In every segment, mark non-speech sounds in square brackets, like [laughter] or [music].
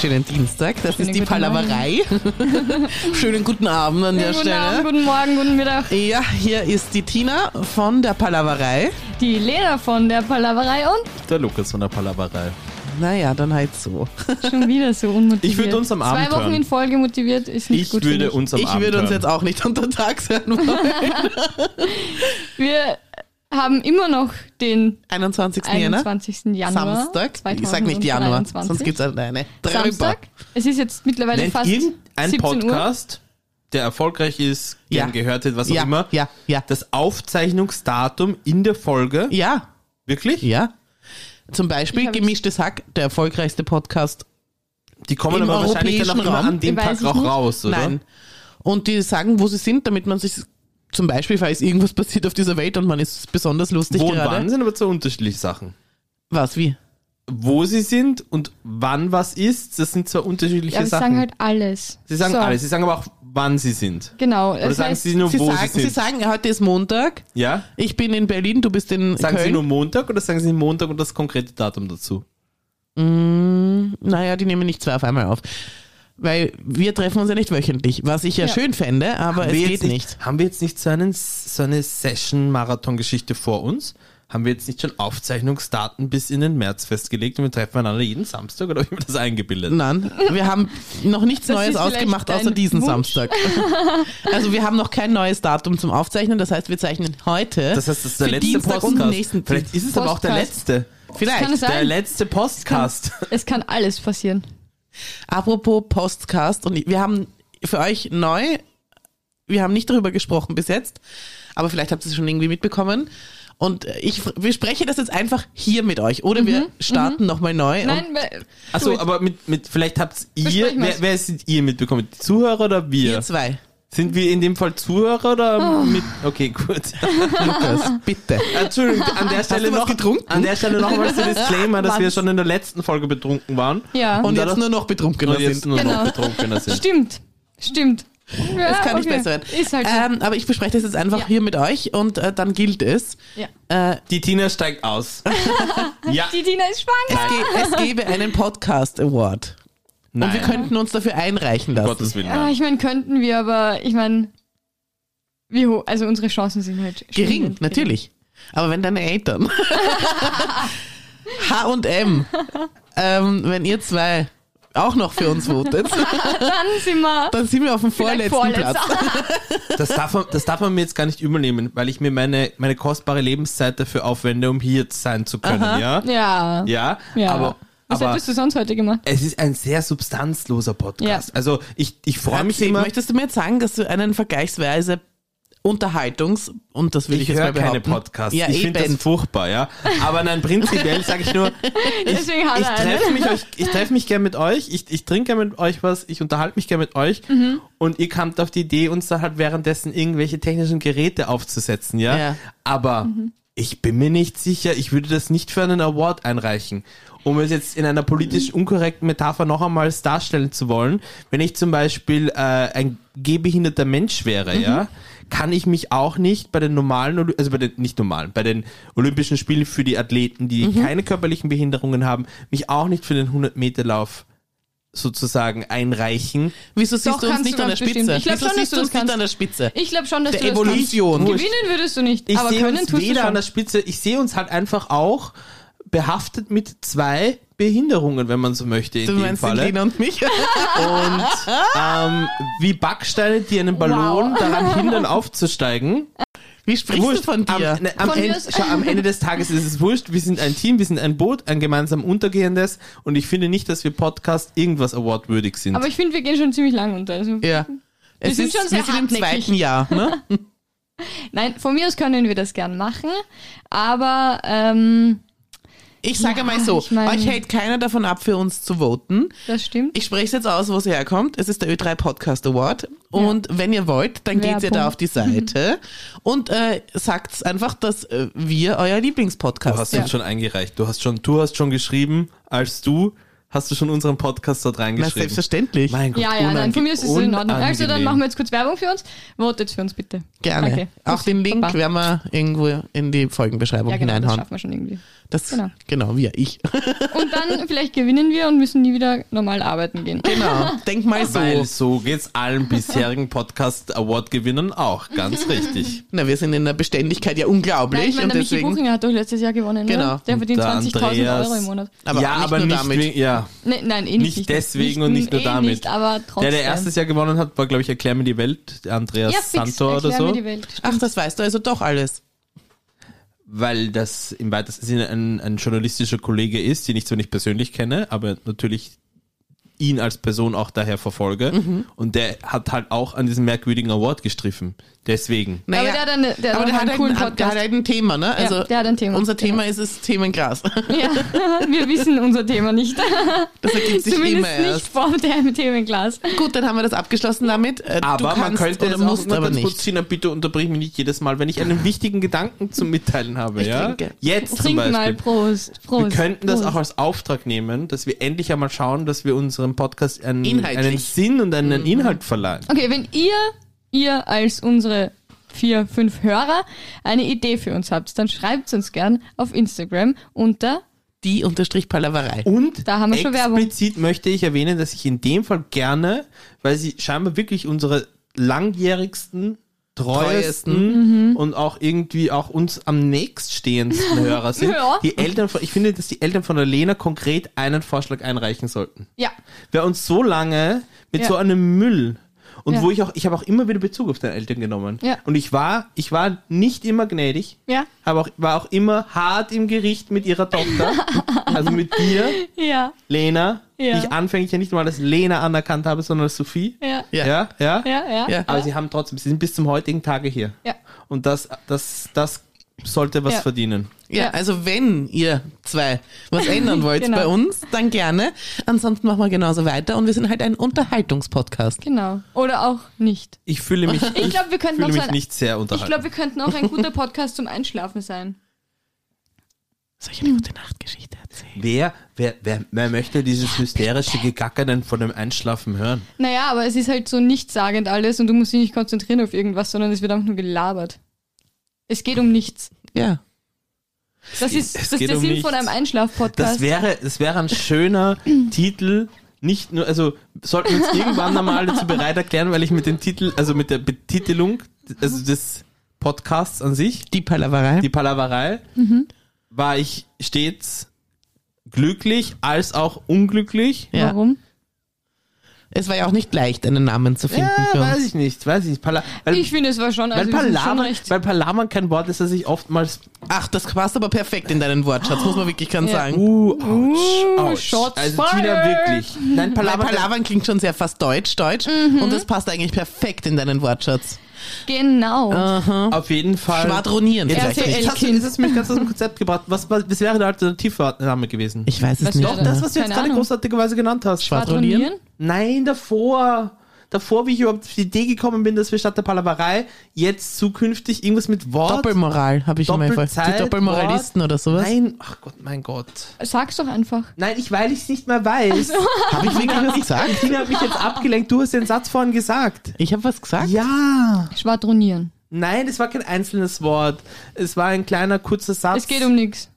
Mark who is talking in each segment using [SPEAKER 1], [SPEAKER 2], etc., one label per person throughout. [SPEAKER 1] schönen Dienstag. Das
[SPEAKER 2] Schönen
[SPEAKER 1] ist die
[SPEAKER 2] guten
[SPEAKER 1] Palaverei. [laughs] schönen guten Abend an der
[SPEAKER 2] guten
[SPEAKER 1] Stelle.
[SPEAKER 2] Abend, guten Morgen, guten Mittag.
[SPEAKER 1] Ja, hier ist die Tina von der Palaverei.
[SPEAKER 2] Die Lena von der Palaverei und
[SPEAKER 3] Der Lukas von der Palaverei.
[SPEAKER 1] Naja, dann halt so.
[SPEAKER 2] schon wieder so unmotiviert.
[SPEAKER 3] Ich würde uns am Abend
[SPEAKER 2] Zwei Wochen
[SPEAKER 3] hören.
[SPEAKER 2] in Folge motiviert ist nicht
[SPEAKER 3] Ich
[SPEAKER 2] gut.
[SPEAKER 3] würde
[SPEAKER 2] finde
[SPEAKER 3] uns am
[SPEAKER 1] ich
[SPEAKER 3] Abend
[SPEAKER 1] würde uns
[SPEAKER 3] hören.
[SPEAKER 1] jetzt auch nicht [laughs] unter Tag hören
[SPEAKER 2] [laughs]
[SPEAKER 1] wollen.
[SPEAKER 2] Wir haben immer noch den
[SPEAKER 1] 21. Jänner.
[SPEAKER 2] 21. Januar.
[SPEAKER 1] Samstag. Ich sag nicht Januar,
[SPEAKER 2] 2023.
[SPEAKER 1] sonst gibt's halt eine. Drüber.
[SPEAKER 2] Samstag. Es ist jetzt mittlerweile
[SPEAKER 3] Nennt
[SPEAKER 2] Also fast
[SPEAKER 3] irgendein
[SPEAKER 2] 17
[SPEAKER 3] Podcast, der erfolgreich ist,
[SPEAKER 1] Ja.
[SPEAKER 3] gern gehört wird, was
[SPEAKER 1] Ja,
[SPEAKER 3] auch immer,
[SPEAKER 1] ja, ja.
[SPEAKER 3] das Aufzeichnungsdatum in der Folge,
[SPEAKER 1] Ja,
[SPEAKER 3] wirklich?
[SPEAKER 1] ja. Zum
[SPEAKER 2] Ich
[SPEAKER 1] Beispiel
[SPEAKER 2] hab jetzt-
[SPEAKER 1] Gemischtes Hack, der erfolgreichste Podcast.
[SPEAKER 3] Die kommen
[SPEAKER 1] Im
[SPEAKER 3] aber wahrscheinlich dann auch
[SPEAKER 1] europäischen
[SPEAKER 3] immer
[SPEAKER 1] Raum?
[SPEAKER 3] an dem
[SPEAKER 2] Weiß
[SPEAKER 3] Tag
[SPEAKER 2] ich
[SPEAKER 3] auch
[SPEAKER 2] nicht.
[SPEAKER 3] raus, oder?
[SPEAKER 1] Nein. Und die sagen, wo sie sind, damit man sich zum Beispiel, falls irgendwas passiert auf dieser Welt und man ist besonders lustig
[SPEAKER 3] Wo und
[SPEAKER 1] gerade.
[SPEAKER 3] wann sind aber zwei unterschiedliche Sachen.
[SPEAKER 1] Was, wie?
[SPEAKER 3] Wo sie sind und wann was ist, das sind zwei
[SPEAKER 2] Uhr.
[SPEAKER 3] unterschiedliche
[SPEAKER 2] Ja, sie
[SPEAKER 3] Sachen.
[SPEAKER 2] sagen halt alles.
[SPEAKER 3] sie sagen
[SPEAKER 2] so,
[SPEAKER 3] alles, sie sagen aber auch, wann sie sind.
[SPEAKER 2] Genau.
[SPEAKER 3] Oder
[SPEAKER 2] das
[SPEAKER 3] sagen
[SPEAKER 2] heißt,
[SPEAKER 3] sie nur,
[SPEAKER 1] Sie
[SPEAKER 3] wo
[SPEAKER 1] sagen,
[SPEAKER 3] sie
[SPEAKER 1] sie
[SPEAKER 3] sind?
[SPEAKER 1] sagen, heute ist Montag,
[SPEAKER 3] ja?
[SPEAKER 1] ich bin in Berlin, du bist in
[SPEAKER 3] Sagen
[SPEAKER 1] Köln.
[SPEAKER 3] sie nur Montag oder sagen sie Montag und das konkrete Datum dazu?
[SPEAKER 1] Naja, die nehmen nicht zwei auf einmal auf. Weil wir treffen uns ja nicht wöchentlich, was ich ja,
[SPEAKER 2] Ja.
[SPEAKER 1] schön fände, aber es
[SPEAKER 3] wir
[SPEAKER 1] geht
[SPEAKER 3] jetzt
[SPEAKER 1] nicht.
[SPEAKER 3] Haben wir jetzt nicht so, einen, so eine Session-Marathon-Geschichte vor uns? Haben wir jetzt nicht schon Aufzeichnungsdaten bis in den März festgelegt und wir treffen einander jeden Samstag oder wie haben wir das eingebildet?
[SPEAKER 1] Nein, wir haben noch nichts
[SPEAKER 2] Das
[SPEAKER 1] Neues
[SPEAKER 2] ist vielleicht
[SPEAKER 1] ausgemacht, außer
[SPEAKER 2] dein
[SPEAKER 1] diesen
[SPEAKER 2] Wunsch.
[SPEAKER 1] Samstag. [laughs] Also wir haben noch kein neues Datum zum Aufzeichnen, das heißt, wir zeichnen heute.
[SPEAKER 3] Das heißt, das ist der
[SPEAKER 1] für
[SPEAKER 3] letzte
[SPEAKER 1] Dienstag Und
[SPEAKER 3] Podcast.
[SPEAKER 1] nächsten
[SPEAKER 3] Vielleicht ist es aber auch der
[SPEAKER 2] Podcast.
[SPEAKER 3] letzte.
[SPEAKER 1] Vielleicht.
[SPEAKER 2] Kann es
[SPEAKER 3] Der
[SPEAKER 2] sein?
[SPEAKER 3] letzte Podcast.
[SPEAKER 2] es kann alles passieren.
[SPEAKER 1] Apropos Postcast, und wir haben für euch neu, wir haben nicht darüber gesprochen bis jetzt, aber vielleicht habt ihr es schon irgendwie mitbekommen. Und ich wir sprechen das jetzt einfach hier mit euch. Oder wir starten nochmal neu.
[SPEAKER 2] Mhm, Nein,
[SPEAKER 1] und
[SPEAKER 2] weil-
[SPEAKER 3] Achso,
[SPEAKER 2] Gut.
[SPEAKER 3] aber mit, mit, vielleicht habt ihr,
[SPEAKER 2] Besprechen wir's.
[SPEAKER 3] wer, wer sind ihr mitbekommen? Die Zuhörer oder wir?
[SPEAKER 1] ihr zwei.
[SPEAKER 3] Sind wir in dem Fall Zuhörer oder
[SPEAKER 1] Oh.
[SPEAKER 3] mit, okay, gut. [laughs]
[SPEAKER 1] Lukas, bitte.
[SPEAKER 3] Entschuldigung, an der Stelle
[SPEAKER 1] du was
[SPEAKER 3] noch,
[SPEAKER 1] getrunken?
[SPEAKER 3] an der Stelle nochmal zu Disclaimer, dass wir
[SPEAKER 2] Was?
[SPEAKER 3] schon in der letzten Folge betrunken waren.
[SPEAKER 2] ja.
[SPEAKER 1] Und
[SPEAKER 3] dadurch-
[SPEAKER 1] jetzt nur noch betrunkener
[SPEAKER 3] Und jetzt
[SPEAKER 1] sind.
[SPEAKER 3] nur
[SPEAKER 2] Genau.
[SPEAKER 3] noch betrunkener sind.
[SPEAKER 2] Stimmt, stimmt. Ja,
[SPEAKER 1] Das kann nicht
[SPEAKER 2] Ah, okay.
[SPEAKER 1] besser werden.
[SPEAKER 2] Ist halt so.
[SPEAKER 1] ähm, aber ich bespreche das jetzt einfach
[SPEAKER 2] Ja.
[SPEAKER 1] hier mit euch und äh, dann gilt es.
[SPEAKER 2] ja.
[SPEAKER 1] Äh,
[SPEAKER 3] Die Tina steigt aus. [laughs] ja.
[SPEAKER 2] Die Tina ist schwanger.
[SPEAKER 1] es, ge
[SPEAKER 2] [laughs]
[SPEAKER 1] es gäbe einen Podcast Award.
[SPEAKER 3] Nein.
[SPEAKER 1] Und wir könnten uns dafür einreichen
[SPEAKER 3] um
[SPEAKER 1] lassen.
[SPEAKER 3] Gottes Willen.
[SPEAKER 2] Ah,
[SPEAKER 3] Nein.
[SPEAKER 2] ich meine, könnten wir, aber ich meine, wie hoch? Also unsere Chancen sind halt
[SPEAKER 1] Gering,
[SPEAKER 2] schwindend
[SPEAKER 1] natürlich. Aber wenn deine
[SPEAKER 2] [laughs]
[SPEAKER 1] Eltern. H und M. Ähm, wenn ihr zwei auch noch für uns
[SPEAKER 2] [laughs]
[SPEAKER 1] votet,
[SPEAKER 2] Dann sind wir
[SPEAKER 1] dann sind wir auf dem
[SPEAKER 2] vielleicht
[SPEAKER 1] vorletzten Platz.
[SPEAKER 2] vorletzter.
[SPEAKER 3] Das, darf man, das darf man mir jetzt gar nicht übernehmen, weil ich mir meine, meine kostbare Lebenszeit dafür aufwende, um hier sein zu können. Ja?
[SPEAKER 2] [laughs] Ja.
[SPEAKER 3] ja.
[SPEAKER 2] ja.
[SPEAKER 3] Aber,
[SPEAKER 2] Was
[SPEAKER 3] aber
[SPEAKER 2] hättest du sonst heute gemacht?
[SPEAKER 3] es ist ein sehr substanzloser Podcast.
[SPEAKER 2] Ja.
[SPEAKER 3] Also ich, ich freue mich
[SPEAKER 1] Maxi,
[SPEAKER 3] immer.
[SPEAKER 1] Möchtest du mir jetzt sagen, dass du einen vergleichsweise Unterhaltungs- und das will ich,
[SPEAKER 3] Ich
[SPEAKER 1] jetzt mal
[SPEAKER 3] höre keine
[SPEAKER 1] behaupten.
[SPEAKER 3] Podcasts.
[SPEAKER 1] Ja, eh
[SPEAKER 3] ich
[SPEAKER 1] eben.
[SPEAKER 3] finde das furchtbar, ja. Aber nein, prinzipiell
[SPEAKER 1] [laughs]
[SPEAKER 3] sage ich nur,
[SPEAKER 2] Deswegen hat
[SPEAKER 3] ich
[SPEAKER 2] er einen.
[SPEAKER 3] treffe mich, euch- ich treff mich gern mit euch, ich, ich trinke gern mit euch was, ich unterhalte mich gern mit euch
[SPEAKER 1] Mhm.
[SPEAKER 3] und ihr kamt auf die Idee, uns dann halt währenddessen irgendwelche technischen Geräte aufzusetzen, ja.
[SPEAKER 1] Ja.
[SPEAKER 3] Aber ich bin mir nicht sicher, ich würde das nicht für einen Award einreichen. Um es jetzt in einer politisch unkorrekten Metapher noch einmal darstellen zu wollen, wenn ich zum Beispiel äh, ein gehbehinderter Mensch wäre, ja, kann ich mich auch nicht bei den normalen, Oli- also bei den nicht normalen, bei den Olympischen Spielen für die Athleten, die keine körperlichen Behinderungen haben, mich auch nicht für den 100-Meter-Lauf sozusagen einreichen.
[SPEAKER 1] Wieso siehst
[SPEAKER 2] Doch,
[SPEAKER 1] du uns
[SPEAKER 2] kannst
[SPEAKER 1] nicht
[SPEAKER 2] du
[SPEAKER 1] an der
[SPEAKER 2] uns bestimmt.
[SPEAKER 1] Spitze?
[SPEAKER 2] Ich glaub
[SPEAKER 1] Wieso
[SPEAKER 2] schon, dass
[SPEAKER 1] siehst
[SPEAKER 2] du
[SPEAKER 1] du
[SPEAKER 2] das
[SPEAKER 1] uns nicht
[SPEAKER 2] kannst.
[SPEAKER 1] an der Spitze?
[SPEAKER 2] Ich glaube schon, dass
[SPEAKER 1] Der
[SPEAKER 2] du
[SPEAKER 1] Evolution.
[SPEAKER 2] das kannst. Gewinnen würdest du nicht,
[SPEAKER 3] Ich
[SPEAKER 2] aber
[SPEAKER 3] sehe
[SPEAKER 2] können
[SPEAKER 3] uns
[SPEAKER 2] tust du
[SPEAKER 3] weder an
[SPEAKER 2] schon.
[SPEAKER 3] der Spitze, ich sehe uns halt einfach auch behaftet mit zwei Behinderungen, wenn man so möchte, in
[SPEAKER 1] Du
[SPEAKER 3] dem
[SPEAKER 1] meinst den
[SPEAKER 3] Falle.
[SPEAKER 1] Lena und
[SPEAKER 2] [laughs]
[SPEAKER 1] mich?
[SPEAKER 3] Und ähm, wie Backsteine, die einen Ballon
[SPEAKER 2] Wow. [laughs]
[SPEAKER 3] daran hindern, aufzusteigen.
[SPEAKER 1] Wie sprichst du von dir?
[SPEAKER 3] Am, ne, am,
[SPEAKER 2] Von mir
[SPEAKER 3] Ende,
[SPEAKER 2] ist-
[SPEAKER 3] schau, am Ende des Tages ist es wurscht. Wir sind ein Team, wir sind ein Boot, ein gemeinsam untergehendes. Und ich finde nicht, dass wir Podcast irgendwas awardwürdig sind.
[SPEAKER 2] Aber ich finde, wir gehen schon ziemlich lang unter. Also,
[SPEAKER 1] ja. Es
[SPEAKER 2] sind
[SPEAKER 1] ist,
[SPEAKER 2] schon sehr
[SPEAKER 1] wir sind im
[SPEAKER 2] hartnäckig.
[SPEAKER 1] zweiten Jahr. Ne?
[SPEAKER 2] Nein, von mir aus können wir das gern machen, aber ähm,
[SPEAKER 1] Ich sage
[SPEAKER 2] [laughs] Ja,
[SPEAKER 1] mal so,
[SPEAKER 2] ich mein-
[SPEAKER 1] euch hält keiner davon ab, für uns zu voten.
[SPEAKER 2] das stimmt.
[SPEAKER 1] Ich spreche es jetzt aus, wo es herkommt. Es ist der Ö3 Podcast Award. Und wenn ihr wollt, dann geht ihr
[SPEAKER 2] Werbung.
[SPEAKER 1] da auf die
[SPEAKER 2] [laughs]
[SPEAKER 1] Seite und äh, sagt einfach, dass äh, wir euer
[SPEAKER 3] du
[SPEAKER 1] Lieblingspodcast
[SPEAKER 3] hast
[SPEAKER 1] sind.
[SPEAKER 3] uns schon eingereicht. Du hast schon, du hast schon geschrieben, als du hast du schon unseren Podcast dort
[SPEAKER 1] Na,
[SPEAKER 3] reingeschrieben.
[SPEAKER 1] selbstverständlich.
[SPEAKER 3] mein Gott,
[SPEAKER 2] Ja, ja, nein, von mir ist es in Ordnung.
[SPEAKER 3] unangenehm.
[SPEAKER 2] Also dann machen wir jetzt kurz Werbung für uns. Votet für uns bitte.
[SPEAKER 1] Gerne.
[SPEAKER 2] Okay.
[SPEAKER 1] Auch den Link
[SPEAKER 2] Baba.
[SPEAKER 1] werden wir irgendwo in die Folgenbeschreibung
[SPEAKER 2] Ja, genau, das
[SPEAKER 1] hineinhauen.
[SPEAKER 2] schaffen wir schon irgendwie.
[SPEAKER 1] Das,
[SPEAKER 2] Genau.
[SPEAKER 1] genau. wir, ich.
[SPEAKER 2] Und dann vielleicht gewinnen wir und müssen nie wieder normal arbeiten gehen.
[SPEAKER 1] Genau. Denk mal so.
[SPEAKER 3] Weil so geht's allen bisherigen Podcast-Award-Gewinnern auch. Ganz richtig.
[SPEAKER 1] Na, wir sind in der Beständigkeit ja
[SPEAKER 2] Nein, ich
[SPEAKER 1] unglaublich
[SPEAKER 2] meine,
[SPEAKER 1] und
[SPEAKER 2] der Michi
[SPEAKER 1] deswegen.
[SPEAKER 2] Buchinger hat doch letztes Jahr gewonnen.
[SPEAKER 1] Genau.
[SPEAKER 2] Oder? Der verdient
[SPEAKER 3] Der
[SPEAKER 2] 20.000
[SPEAKER 3] Andreas-
[SPEAKER 2] Euro im Monat.
[SPEAKER 1] Aber
[SPEAKER 3] ja,
[SPEAKER 1] nicht
[SPEAKER 3] aber
[SPEAKER 1] nur
[SPEAKER 3] nicht
[SPEAKER 1] damit.
[SPEAKER 3] we- Ja.
[SPEAKER 2] Nee, nein, eh nicht.
[SPEAKER 3] Nicht deswegen und nicht nur
[SPEAKER 2] eh
[SPEAKER 3] damit.
[SPEAKER 2] Nicht, aber trotzdem.
[SPEAKER 3] Der, der erstes Jahr gewonnen hat, war, glaube ich, Erklär mir die Welt, der Andreas
[SPEAKER 2] ja, fix,
[SPEAKER 3] Santor oder
[SPEAKER 2] erklär mir
[SPEAKER 3] so.
[SPEAKER 2] Die Welt.
[SPEAKER 1] Ach, das weißt du also doch alles.
[SPEAKER 3] Weil das im weitesten Sinne ein, ein journalistischer Kollege ist, den ich zwar nicht persönlich kenne, aber natürlich ihn als Person auch daher verfolge.
[SPEAKER 2] Mhm.
[SPEAKER 3] Und der hat halt auch an diesem merkwürdigen Award gestriffen. Deswegen.
[SPEAKER 1] Naja,
[SPEAKER 2] aber der hat eine, der
[SPEAKER 1] aber
[SPEAKER 2] hat
[SPEAKER 1] der
[SPEAKER 2] auch
[SPEAKER 1] hat,
[SPEAKER 2] einen
[SPEAKER 1] halt
[SPEAKER 2] coolen
[SPEAKER 1] ein, der
[SPEAKER 2] Podcast.
[SPEAKER 1] hat halt ein Thema, ne? Also
[SPEAKER 2] der hat ein Thema.
[SPEAKER 1] Unser Thema ist das Themengras. [laughs]
[SPEAKER 2] ja, [laughs] wir wissen unser Thema nicht.
[SPEAKER 1] Das ergibt sich immer
[SPEAKER 2] Zumindest nicht
[SPEAKER 1] erst.
[SPEAKER 2] vor dem Themenglas.
[SPEAKER 1] Gut, dann haben wir das abgeschlossen damit. Äh,
[SPEAKER 3] Aber
[SPEAKER 1] du kannst
[SPEAKER 3] man könnte
[SPEAKER 1] oder
[SPEAKER 3] es
[SPEAKER 1] musst
[SPEAKER 3] auch nur
[SPEAKER 1] aber
[SPEAKER 3] ganz
[SPEAKER 1] nicht.
[SPEAKER 3] kurz ziehen, bitte unterbrich mich nicht jedes Mal, wenn ich einen wichtigen Gedanken zum Mitteilen habe.
[SPEAKER 1] Ich
[SPEAKER 3] ja?
[SPEAKER 1] trinke.
[SPEAKER 3] Jetzt zum
[SPEAKER 2] Trink
[SPEAKER 3] Beispiel.
[SPEAKER 2] mal, Prost. Prost.
[SPEAKER 3] Wir könnten das
[SPEAKER 2] Prost.
[SPEAKER 3] auch als Auftrag nehmen, dass wir endlich einmal schauen, dass wir unserem Podcast einen,
[SPEAKER 1] Inhaltlich.
[SPEAKER 3] einen Sinn und einen Inhalt verleihen.
[SPEAKER 2] Okay, wenn ihr, ihr als unsere vier, fünf Hörer eine Idee für uns habt, dann schreibt uns gern auf Instagram unter
[SPEAKER 1] Die unterstrich Palaverei.
[SPEAKER 3] Und
[SPEAKER 2] Da haben wir schon Werbung.
[SPEAKER 3] explizit möchte ich erwähnen, dass ich in dem Fall gerne, weil sie scheinbar wirklich unsere langjährigsten, treuesten
[SPEAKER 2] Mhm.
[SPEAKER 3] und auch irgendwie auch uns am
[SPEAKER 2] [laughs]
[SPEAKER 3] nächststehendsten Hörer sind.
[SPEAKER 2] Ja.
[SPEAKER 3] Die Eltern von, ich finde, dass die Eltern von der Lena konkret einen Vorschlag einreichen sollten.
[SPEAKER 2] ja,
[SPEAKER 3] Wer uns so lange mit
[SPEAKER 2] Ja.
[SPEAKER 3] so einem Müll und
[SPEAKER 2] Ja.
[SPEAKER 3] wo ich auch, ich habe auch immer wieder Bezug auf deine Eltern genommen.
[SPEAKER 2] Ja.
[SPEAKER 3] Und ich war, ich war nicht immer gnädig,
[SPEAKER 2] ja,
[SPEAKER 3] habe auch, war auch immer hart im Gericht mit ihrer Tochter,
[SPEAKER 2] [laughs]
[SPEAKER 3] also mit dir.
[SPEAKER 2] ja,
[SPEAKER 3] Lena,
[SPEAKER 2] Ja.
[SPEAKER 3] die ich anfänglich ja nicht mal als Lena anerkannt habe, sondern als Sophie.
[SPEAKER 2] ja,
[SPEAKER 1] Ja.
[SPEAKER 3] ja.
[SPEAKER 2] ja,
[SPEAKER 3] ja.
[SPEAKER 2] ja. Also-
[SPEAKER 1] Ja.
[SPEAKER 3] Aber sie haben trotzdem, sie sind bis zum heutigen Tage hier.
[SPEAKER 2] Ja.
[SPEAKER 3] Und das, das, das sollte was
[SPEAKER 2] Ja.
[SPEAKER 3] verdienen.
[SPEAKER 1] Ja,
[SPEAKER 2] Ja.
[SPEAKER 1] also wenn ihr zwei
[SPEAKER 2] [laughs]
[SPEAKER 1] was ändern wollt
[SPEAKER 2] Genau.
[SPEAKER 1] bei uns, dann gerne. Ansonsten machen wir genauso weiter und wir sind halt ein Unterhaltungspodcast.
[SPEAKER 2] Genau. Oder auch nicht.
[SPEAKER 3] Ich fühle mich,
[SPEAKER 2] Ich glaube, wir könnten
[SPEAKER 3] fühle
[SPEAKER 2] auch so
[SPEAKER 3] mich
[SPEAKER 2] ein,
[SPEAKER 3] halt nicht sehr
[SPEAKER 2] ich
[SPEAKER 3] unterhalten.
[SPEAKER 2] glaube, wir könnten auch [laughs] ein guter Podcast zum Einschlafen sein.
[SPEAKER 1] Soll ich eine gute Nachtgeschichte erzählen?
[SPEAKER 3] wer, wer, wer, wer möchte dieses hysterische Gegacker denn von dem Einschlafen hören?
[SPEAKER 2] Naja, aber es ist halt so nichtssagend alles und du musst dich nicht konzentrieren auf irgendwas, sondern es wird einfach nur gelabert. Es geht um nichts.
[SPEAKER 1] Ja.
[SPEAKER 2] Das ist,
[SPEAKER 3] es
[SPEAKER 2] das ist
[SPEAKER 3] geht
[SPEAKER 2] der
[SPEAKER 3] um
[SPEAKER 2] Sinn
[SPEAKER 3] nichts.
[SPEAKER 2] von einem
[SPEAKER 3] Das
[SPEAKER 2] Einschlaf-Podcast.
[SPEAKER 3] wäre, das wäre ein schöner Titel. Nicht nur, also sollten wir uns irgendwann einmal dazu bereit erklären, weil ich mit dem Titel, also mit der Betitelung, also des Podcasts an sich,
[SPEAKER 1] Die Palaverei.
[SPEAKER 3] die Palaverei, war ich stets glücklich als auch unglücklich.
[SPEAKER 1] ja.
[SPEAKER 2] Warum?
[SPEAKER 1] Es war ja auch nicht leicht, einen Namen zu finden für uns.
[SPEAKER 3] ich nicht, weiß ich nicht. Pala weil,
[SPEAKER 2] Ich finde, es war schon, also
[SPEAKER 3] weil,
[SPEAKER 2] wir sind schon
[SPEAKER 3] Palaver,
[SPEAKER 2] recht.
[SPEAKER 3] weil Palaver kein Wort ist, das ich oftmals.
[SPEAKER 1] Ach, das passt aber perfekt in deinen Wortschatz, muss man wirklich ganz
[SPEAKER 2] Ja.
[SPEAKER 1] sagen.
[SPEAKER 3] Uh, ouch, ouch.
[SPEAKER 2] Shots
[SPEAKER 3] also Tina
[SPEAKER 2] fired.
[SPEAKER 3] wirklich. Nein,
[SPEAKER 1] Weil
[SPEAKER 3] Palaver.
[SPEAKER 1] Palavern klingt schon sehr fast deutsch, deutsch. Und das passt eigentlich perfekt in deinen Wortschatz.
[SPEAKER 2] Genau.
[SPEAKER 3] auf jeden Fall.
[SPEAKER 1] Schwadronieren.
[SPEAKER 3] Jetzt,
[SPEAKER 1] vielleicht.
[SPEAKER 2] RTL
[SPEAKER 3] jetzt hast du,
[SPEAKER 2] Kind.
[SPEAKER 3] jetzt hast du mich ganz aus dem Konzept gebracht. Was, was, was wäre der Alternativname gewesen?
[SPEAKER 1] Ich weiß es
[SPEAKER 2] Was
[SPEAKER 1] nicht.
[SPEAKER 2] doch,
[SPEAKER 1] mehr.
[SPEAKER 3] das, was du jetzt
[SPEAKER 2] Keine
[SPEAKER 3] gerade
[SPEAKER 2] Ahnung.
[SPEAKER 3] großartigerweise genannt hast.
[SPEAKER 1] Schwadronieren?
[SPEAKER 3] Nein, davor. Davor, wie ich überhaupt auf die Idee gekommen bin, dass wir statt der Palaverei jetzt zukünftig irgendwas mit Wort.
[SPEAKER 1] Doppelmoral habe ich immer im Fall. Die
[SPEAKER 3] Doppelzeit,
[SPEAKER 1] Doppelmoralisten oder sowas.
[SPEAKER 3] Nein, ach Gott, mein Gott.
[SPEAKER 2] Sag's doch einfach.
[SPEAKER 3] Nein, ich weil ich es nicht mehr weiß.
[SPEAKER 2] Also.
[SPEAKER 3] [laughs]
[SPEAKER 1] Habe ich wirklich was
[SPEAKER 2] [laughs]
[SPEAKER 1] gesagt?
[SPEAKER 3] Tina hat mich jetzt abgelenkt. Du hast den Satz vorhin gesagt.
[SPEAKER 1] Ich habe was gesagt?
[SPEAKER 3] Ja.
[SPEAKER 2] Schwadronieren.
[SPEAKER 3] Nein, es war kein einzelnes Wort. Es war ein kleiner, kurzer Satz.
[SPEAKER 2] Es geht um nichts.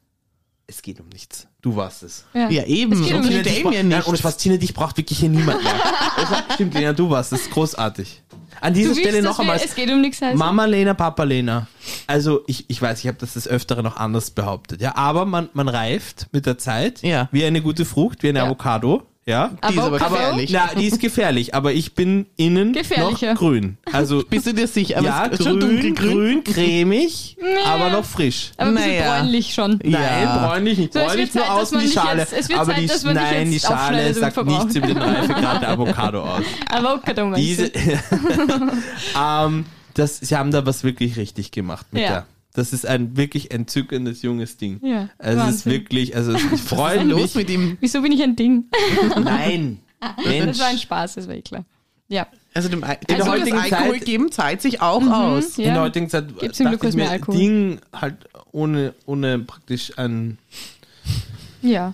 [SPEAKER 3] Es geht um nichts. Du warst es.
[SPEAKER 1] Ja, eben.
[SPEAKER 2] Es geht um
[SPEAKER 1] Und
[SPEAKER 2] nichts.
[SPEAKER 1] Stell mir
[SPEAKER 3] dich bra-
[SPEAKER 1] nicht.
[SPEAKER 3] Nein, ohne Spaß, Tina, dich braucht wirklich hier niemand mehr.
[SPEAKER 1] [laughs]
[SPEAKER 3] Es war- Stimmt, Lena, du warst es. Großartig. An
[SPEAKER 2] Du
[SPEAKER 3] dieser
[SPEAKER 2] willst,
[SPEAKER 3] Stelle
[SPEAKER 2] dass
[SPEAKER 3] noch
[SPEAKER 2] wir-
[SPEAKER 3] einmal.
[SPEAKER 2] Es geht um nichts
[SPEAKER 1] Also-
[SPEAKER 2] heißt.
[SPEAKER 3] Mama Lena, Papa Lena. Also ich, ich weiß, ich habe das des Öfteren noch anders behauptet. Ja, aber man, man reift mit der Zeit.
[SPEAKER 1] Ja.
[SPEAKER 3] Wie eine gute Frucht, wie eine
[SPEAKER 2] Ja.
[SPEAKER 3] Avocado. Ja.
[SPEAKER 1] Die ist aber
[SPEAKER 2] Avocado?
[SPEAKER 1] gefährlich.
[SPEAKER 3] Na, die ist gefährlich, aber ich bin innen noch
[SPEAKER 2] Gefährlicher.
[SPEAKER 3] grün. Also
[SPEAKER 1] Bist du dir sicher? Aber
[SPEAKER 3] ja,
[SPEAKER 1] es ist schon
[SPEAKER 3] grün,
[SPEAKER 1] dunkelgrün.
[SPEAKER 3] grün, cremig, aber noch frisch.
[SPEAKER 2] Aber ein bisschen
[SPEAKER 1] Naja.
[SPEAKER 2] bräunlich schon.
[SPEAKER 1] Ja.
[SPEAKER 3] Nein, bräunlich nicht.
[SPEAKER 2] So, es wird
[SPEAKER 3] bräunlich
[SPEAKER 2] Zeit,
[SPEAKER 3] nur
[SPEAKER 2] dass
[SPEAKER 3] außen
[SPEAKER 2] man
[SPEAKER 3] die
[SPEAKER 2] dich
[SPEAKER 3] Schale.
[SPEAKER 2] jetzt- es wird
[SPEAKER 3] aber
[SPEAKER 2] Zeit,
[SPEAKER 3] die,
[SPEAKER 2] dass man dich
[SPEAKER 3] nein, die
[SPEAKER 2] jetzt
[SPEAKER 3] Schale
[SPEAKER 2] aufschneidet und
[SPEAKER 3] sagt
[SPEAKER 2] verbraucht.
[SPEAKER 3] nichts über den Reifegrad der Avocado aus.
[SPEAKER 2] [laughs] Avocado meinst
[SPEAKER 3] Diese,
[SPEAKER 2] du?
[SPEAKER 3] [laughs] ähm, das, sie haben da was wirklich richtig gemacht mit
[SPEAKER 2] Ja.
[SPEAKER 3] der. Das ist ein wirklich entzückendes junges Ding.
[SPEAKER 2] Ja,
[SPEAKER 3] es ist
[SPEAKER 2] Wahnsinn. [laughs]
[SPEAKER 3] wirklich, also es- ich freue
[SPEAKER 1] Was ist los
[SPEAKER 3] mich.
[SPEAKER 1] mit ihm?
[SPEAKER 2] Wieso bin ich
[SPEAKER 1] [laughs]
[SPEAKER 2] ein Ding?
[SPEAKER 3] Nein, Mensch.
[SPEAKER 2] Das war ein Spaß, das war eh klar. Ja.
[SPEAKER 1] Also dem, Al-
[SPEAKER 3] der
[SPEAKER 1] also das
[SPEAKER 3] heutigen
[SPEAKER 1] Alkohol
[SPEAKER 3] Zeit-
[SPEAKER 1] geben zahlt sich auch
[SPEAKER 2] Mhm.
[SPEAKER 1] aus.
[SPEAKER 2] [laughs]
[SPEAKER 3] In der
[SPEAKER 2] Hm? ja.
[SPEAKER 3] heutigen Zeit
[SPEAKER 2] Gibt's im
[SPEAKER 3] dachte
[SPEAKER 2] Glückwunsch
[SPEAKER 3] ich mir,
[SPEAKER 2] mehr Alkohol?
[SPEAKER 3] Ding halt ohne, ohne praktisch ein
[SPEAKER 2] ja.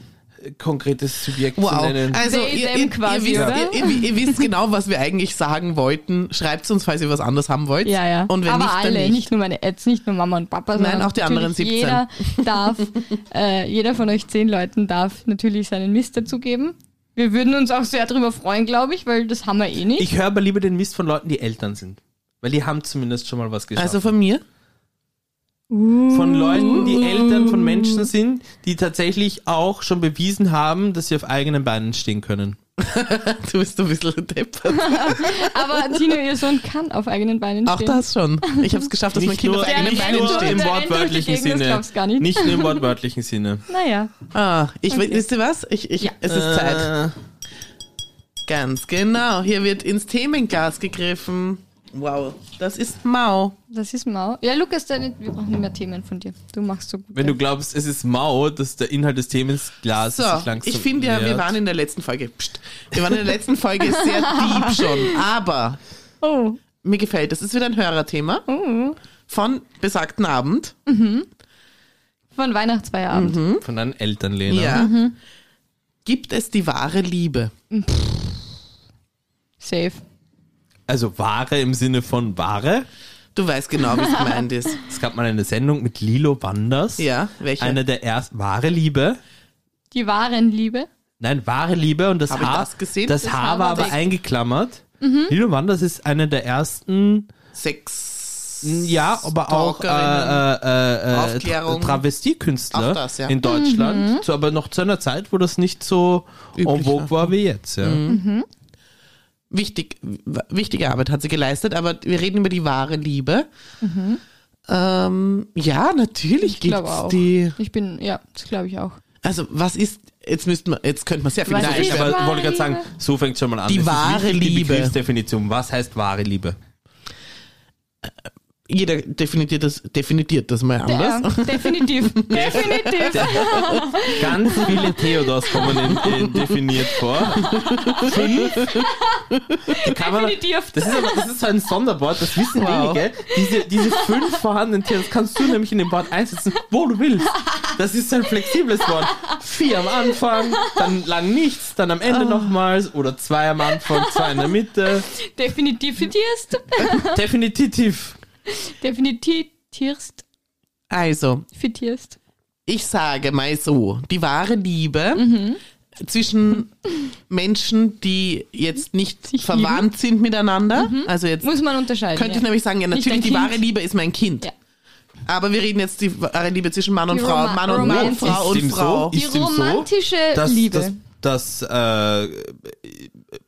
[SPEAKER 3] konkretes Subjekt zu
[SPEAKER 1] Wow.
[SPEAKER 3] nennen.
[SPEAKER 1] Also
[SPEAKER 2] They,
[SPEAKER 1] ihr,
[SPEAKER 2] them
[SPEAKER 1] ihr,
[SPEAKER 2] quasi,
[SPEAKER 1] ihr,
[SPEAKER 2] oder?
[SPEAKER 1] wisst, ihr, ihr, ihr wisst genau, was wir eigentlich sagen wollten. Schreibt uns, falls ihr was anderes haben wollt.
[SPEAKER 2] Ja, ja.
[SPEAKER 1] Und wenn
[SPEAKER 2] Aber
[SPEAKER 1] nicht,
[SPEAKER 2] alle,
[SPEAKER 1] dann nicht.
[SPEAKER 2] nur meine Ads, nicht nur Mama und Papa,
[SPEAKER 1] Nein,
[SPEAKER 2] sondern
[SPEAKER 1] auch die anderen
[SPEAKER 2] natürlich
[SPEAKER 1] 17.
[SPEAKER 2] Jeder
[SPEAKER 1] [laughs]
[SPEAKER 2] darf, äh, jeder von euch zehn Leuten darf natürlich seinen Mist dazugeben. Wir würden uns auch sehr darüber freuen, glaube ich, weil das haben wir eh nicht.
[SPEAKER 3] Ich höre aber lieber den Mist von Leuten, die Eltern sind. Weil die haben zumindest schon mal was geschafft.
[SPEAKER 1] Also von mir. Mhm.
[SPEAKER 3] von Leuten, die Eltern von Menschen sind, die tatsächlich auch schon bewiesen haben, dass sie auf eigenen Beinen stehen können.
[SPEAKER 1] Du bist ein bisschen deppert.
[SPEAKER 2] Aber Tino, ihr Sohn kann auf eigenen Beinen
[SPEAKER 1] Auch
[SPEAKER 2] stehen.
[SPEAKER 1] das schon. Ich habe es geschafft, dass mein Kind auf
[SPEAKER 2] nur-
[SPEAKER 1] eigenen
[SPEAKER 2] Der
[SPEAKER 1] Beinen
[SPEAKER 2] Mensch-
[SPEAKER 1] steht.
[SPEAKER 2] stehen.
[SPEAKER 3] im
[SPEAKER 2] Der
[SPEAKER 3] wortwörtlichen
[SPEAKER 2] Endgültige, das
[SPEAKER 3] Sinne.
[SPEAKER 2] glaubst gar nicht.
[SPEAKER 3] Nicht
[SPEAKER 1] [laughs]
[SPEAKER 3] nur im wortwörtlichen Sinne.
[SPEAKER 2] Naja.
[SPEAKER 1] Ah, ich
[SPEAKER 2] Okay.
[SPEAKER 1] wisst ihr was? Ich, ich,
[SPEAKER 2] Ja.
[SPEAKER 1] Es ist Zeit.
[SPEAKER 3] Äh,
[SPEAKER 1] Ganz genau. Hier wird ins Themenglas gegriffen. Wow, das ist mau.
[SPEAKER 2] Das ist mau. Ja, Lukas, deine, wir brauchen mehr Themen von dir. Du machst so gut.
[SPEAKER 3] Wenn du glaubst, es ist mau, dass der Inhalt des Themens Glas
[SPEAKER 1] So,
[SPEAKER 3] sich langsam
[SPEAKER 1] ich finde ja, wir
[SPEAKER 3] leert.
[SPEAKER 1] waren in der letzten Folge. Psst, wir waren in der letzten Folge sehr deep schon. Aber
[SPEAKER 2] Oh,
[SPEAKER 1] mir gefällt, das ist wieder ein Hörerthema von besagten Abend.
[SPEAKER 2] von Weihnachtsfeierabend.
[SPEAKER 3] von deinen Eltern, Lena.
[SPEAKER 1] Ja. Gibt es die wahre Liebe?
[SPEAKER 2] Safe.
[SPEAKER 3] Also Ware im Sinne von Ware.
[SPEAKER 1] Du weißt genau,
[SPEAKER 3] [laughs]
[SPEAKER 1] wie es gemeint ist.
[SPEAKER 3] Es gab mal eine Sendung mit Lilo Wanders.
[SPEAKER 1] Ja, welche?
[SPEAKER 3] Eine der ersten. Wahre Liebe.
[SPEAKER 2] Die wahren Liebe.
[SPEAKER 3] Nein, wahre Liebe und das
[SPEAKER 1] Hab ich
[SPEAKER 3] Haar.
[SPEAKER 1] das gesehen?
[SPEAKER 3] das
[SPEAKER 2] Das
[SPEAKER 3] Haar
[SPEAKER 2] Haar
[SPEAKER 3] war
[SPEAKER 2] war
[SPEAKER 3] aber
[SPEAKER 2] weg.
[SPEAKER 3] eingeklammert.
[SPEAKER 1] Mhm.
[SPEAKER 3] Lilo Wanders ist eine der ersten,
[SPEAKER 1] Sex.
[SPEAKER 3] ja, aber auch äh, äh, äh, äh,
[SPEAKER 1] Aufklärung.
[SPEAKER 3] Travestiekünstler
[SPEAKER 1] Auch das, ja.
[SPEAKER 3] in
[SPEAKER 2] Mhm.
[SPEAKER 3] Deutschland, zu, aber noch zu einer Zeit, wo das nicht so en
[SPEAKER 1] Üblich
[SPEAKER 3] vogue
[SPEAKER 1] war. Mhm.
[SPEAKER 3] war wie jetzt. Ja.
[SPEAKER 1] wichtig, w- wichtige Arbeit hat sie geleistet, aber wir reden über die wahre Liebe.
[SPEAKER 3] Mhm.
[SPEAKER 1] Ähm, ja, natürlich
[SPEAKER 2] Ich glaube
[SPEAKER 1] gibt's
[SPEAKER 2] auch.
[SPEAKER 1] die.
[SPEAKER 2] Ich bin, ja, das glaube ich auch.
[SPEAKER 1] Also was ist? Jetzt müssten wir, jetzt könnte man sehr viel
[SPEAKER 2] Was
[SPEAKER 1] Nein,
[SPEAKER 2] ist
[SPEAKER 3] Nein,
[SPEAKER 2] die
[SPEAKER 1] aber
[SPEAKER 3] aber
[SPEAKER 2] wahre
[SPEAKER 3] wollte gerade sagen,
[SPEAKER 2] Also Liebe?
[SPEAKER 3] so fängt schon mal an.
[SPEAKER 1] Die
[SPEAKER 3] Es ist
[SPEAKER 1] wahre
[SPEAKER 3] wichtig, Die
[SPEAKER 1] Liebe.
[SPEAKER 3] Begriffsdefinition. Was heißt wahre Liebe?
[SPEAKER 1] jeder definiert das, definiert das mal
[SPEAKER 2] Ja,
[SPEAKER 1] anders.
[SPEAKER 3] [laughs]
[SPEAKER 2] definitiv. definitiv. [laughs]
[SPEAKER 3] Ganz viele Theodors kommen in, in definiert vor. Fünf. Die kann man-
[SPEAKER 2] definitiv.
[SPEAKER 3] Das ist, aber, das ist so ein Sonderwort, das wissen
[SPEAKER 1] Wow.
[SPEAKER 3] wenige. Diese, diese fünf vorhandenen Tiere, das kannst du nämlich in dem Wort einsetzen, wo du willst. Das ist ein flexibles Wort. Vier am Anfang, dann lang nichts, dann am Ende nochmals oder zwei am Anfang, zwei in der Mitte.
[SPEAKER 2] Definitivierst.
[SPEAKER 3] Definitiv.
[SPEAKER 2] Definitivierst.
[SPEAKER 1] Also
[SPEAKER 2] Fittierst.
[SPEAKER 1] ich sage mal so, die wahre Liebe zwischen Menschen, die jetzt nicht
[SPEAKER 2] Sich Mhm.
[SPEAKER 1] verwandt sind miteinander. Also jetzt
[SPEAKER 2] Muss man unterscheiden.
[SPEAKER 1] könnte ich
[SPEAKER 2] ja.
[SPEAKER 1] nämlich sagen, ja
[SPEAKER 2] Nicht
[SPEAKER 1] natürlich die
[SPEAKER 2] dein Kind.
[SPEAKER 1] wahre Liebe ist mein Kind.
[SPEAKER 2] Ja.
[SPEAKER 1] Aber wir reden jetzt die wahre Liebe zwischen Mann und
[SPEAKER 2] Die
[SPEAKER 1] Frau,
[SPEAKER 2] Roma-
[SPEAKER 1] Mann und Mann,
[SPEAKER 2] Romantik.
[SPEAKER 1] Frau
[SPEAKER 3] Ist
[SPEAKER 1] und
[SPEAKER 3] dem
[SPEAKER 1] Frau.
[SPEAKER 3] so?
[SPEAKER 2] die
[SPEAKER 3] Ist dem so,
[SPEAKER 2] romantische Liebe.
[SPEAKER 3] Das, das, äh,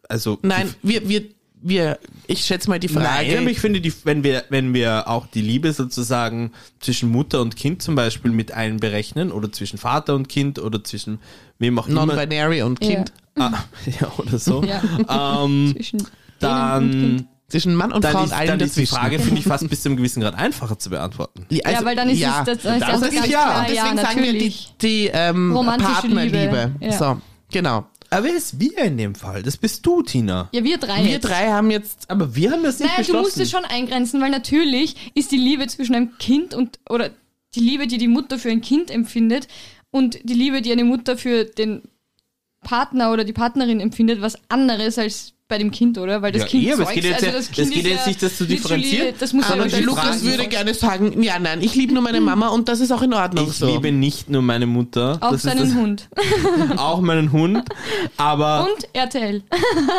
[SPEAKER 3] also.
[SPEAKER 1] Nein, wir, wir, wir, ich schätze mal die Frage.
[SPEAKER 3] Nein, aber ich finde, die, wenn, wir, wenn wir auch die Liebe sozusagen zwischen Mutter und Kind zum Beispiel mit einberechnen oder zwischen Vater und Kind oder zwischen wem auch immer.
[SPEAKER 1] Non-binary und Kind.
[SPEAKER 3] Ah, [laughs] ja, oder so.
[SPEAKER 2] Ja.
[SPEAKER 3] Ähm,
[SPEAKER 2] [laughs] Zwischen denen und
[SPEAKER 3] dann
[SPEAKER 2] Kind.
[SPEAKER 1] Zwischen Mann und Frau
[SPEAKER 3] dann
[SPEAKER 1] und
[SPEAKER 3] ist,
[SPEAKER 1] allem
[SPEAKER 3] dann ist die
[SPEAKER 1] dazwischen.
[SPEAKER 3] Frage, finde ich, fast bis zu einem gewissen Grad einfacher zu beantworten.
[SPEAKER 1] Ja, also,
[SPEAKER 2] ja, weil dann ist
[SPEAKER 1] ja.
[SPEAKER 2] es das, das,
[SPEAKER 3] Das
[SPEAKER 2] ist
[SPEAKER 3] ist
[SPEAKER 2] ganz
[SPEAKER 3] ja.
[SPEAKER 2] klar.
[SPEAKER 1] Deswegen
[SPEAKER 2] ja,
[SPEAKER 1] sagen wir die,
[SPEAKER 2] natürlich.
[SPEAKER 1] die ähm,
[SPEAKER 2] Romantische
[SPEAKER 1] Partnerliebe.
[SPEAKER 2] Liebe, ja.
[SPEAKER 1] So, genau.
[SPEAKER 3] Aber wer ist wir in dem Fall? Das bist du, Tina.
[SPEAKER 2] Ja, wir drei.
[SPEAKER 1] Wir
[SPEAKER 2] Ah, jetzt.
[SPEAKER 1] drei haben jetzt,
[SPEAKER 3] Aber wir haben das nicht
[SPEAKER 2] Naja, du musst
[SPEAKER 3] beschlossen.
[SPEAKER 2] es schon eingrenzen, weil natürlich ist die Liebe zwischen einem Kind und, oder die Liebe, die die Mutter für ein Kind empfindet und die Liebe, die eine Mutter für den Partner oder die Partnerin empfindet, was anderes als bei dem Kind, oder? Weil das
[SPEAKER 3] Ja,
[SPEAKER 2] Kind
[SPEAKER 3] eh, aber es
[SPEAKER 2] Zeugs,
[SPEAKER 3] geht jetzt ja-
[SPEAKER 2] also das
[SPEAKER 3] es
[SPEAKER 2] kind
[SPEAKER 3] geht
[SPEAKER 2] ist
[SPEAKER 3] jetzt
[SPEAKER 2] ja
[SPEAKER 3] nicht, das zu
[SPEAKER 2] literally-
[SPEAKER 3] differenzieren,
[SPEAKER 2] Das muss ja
[SPEAKER 1] aber
[SPEAKER 3] sondern
[SPEAKER 2] über
[SPEAKER 1] der
[SPEAKER 3] die
[SPEAKER 2] den
[SPEAKER 1] Lukas
[SPEAKER 3] Fragen-
[SPEAKER 1] würde gerne sagen, ja nein, ich liebe nur meine Mama und das ist auch in Ordnung
[SPEAKER 3] ich
[SPEAKER 1] so.
[SPEAKER 3] liebe nicht nur meine Mutter,
[SPEAKER 2] Auch
[SPEAKER 3] das Ah. ist
[SPEAKER 2] seinen Hund.
[SPEAKER 3] das, [laughs] auch meinen Hund, aber
[SPEAKER 2] Und RTL.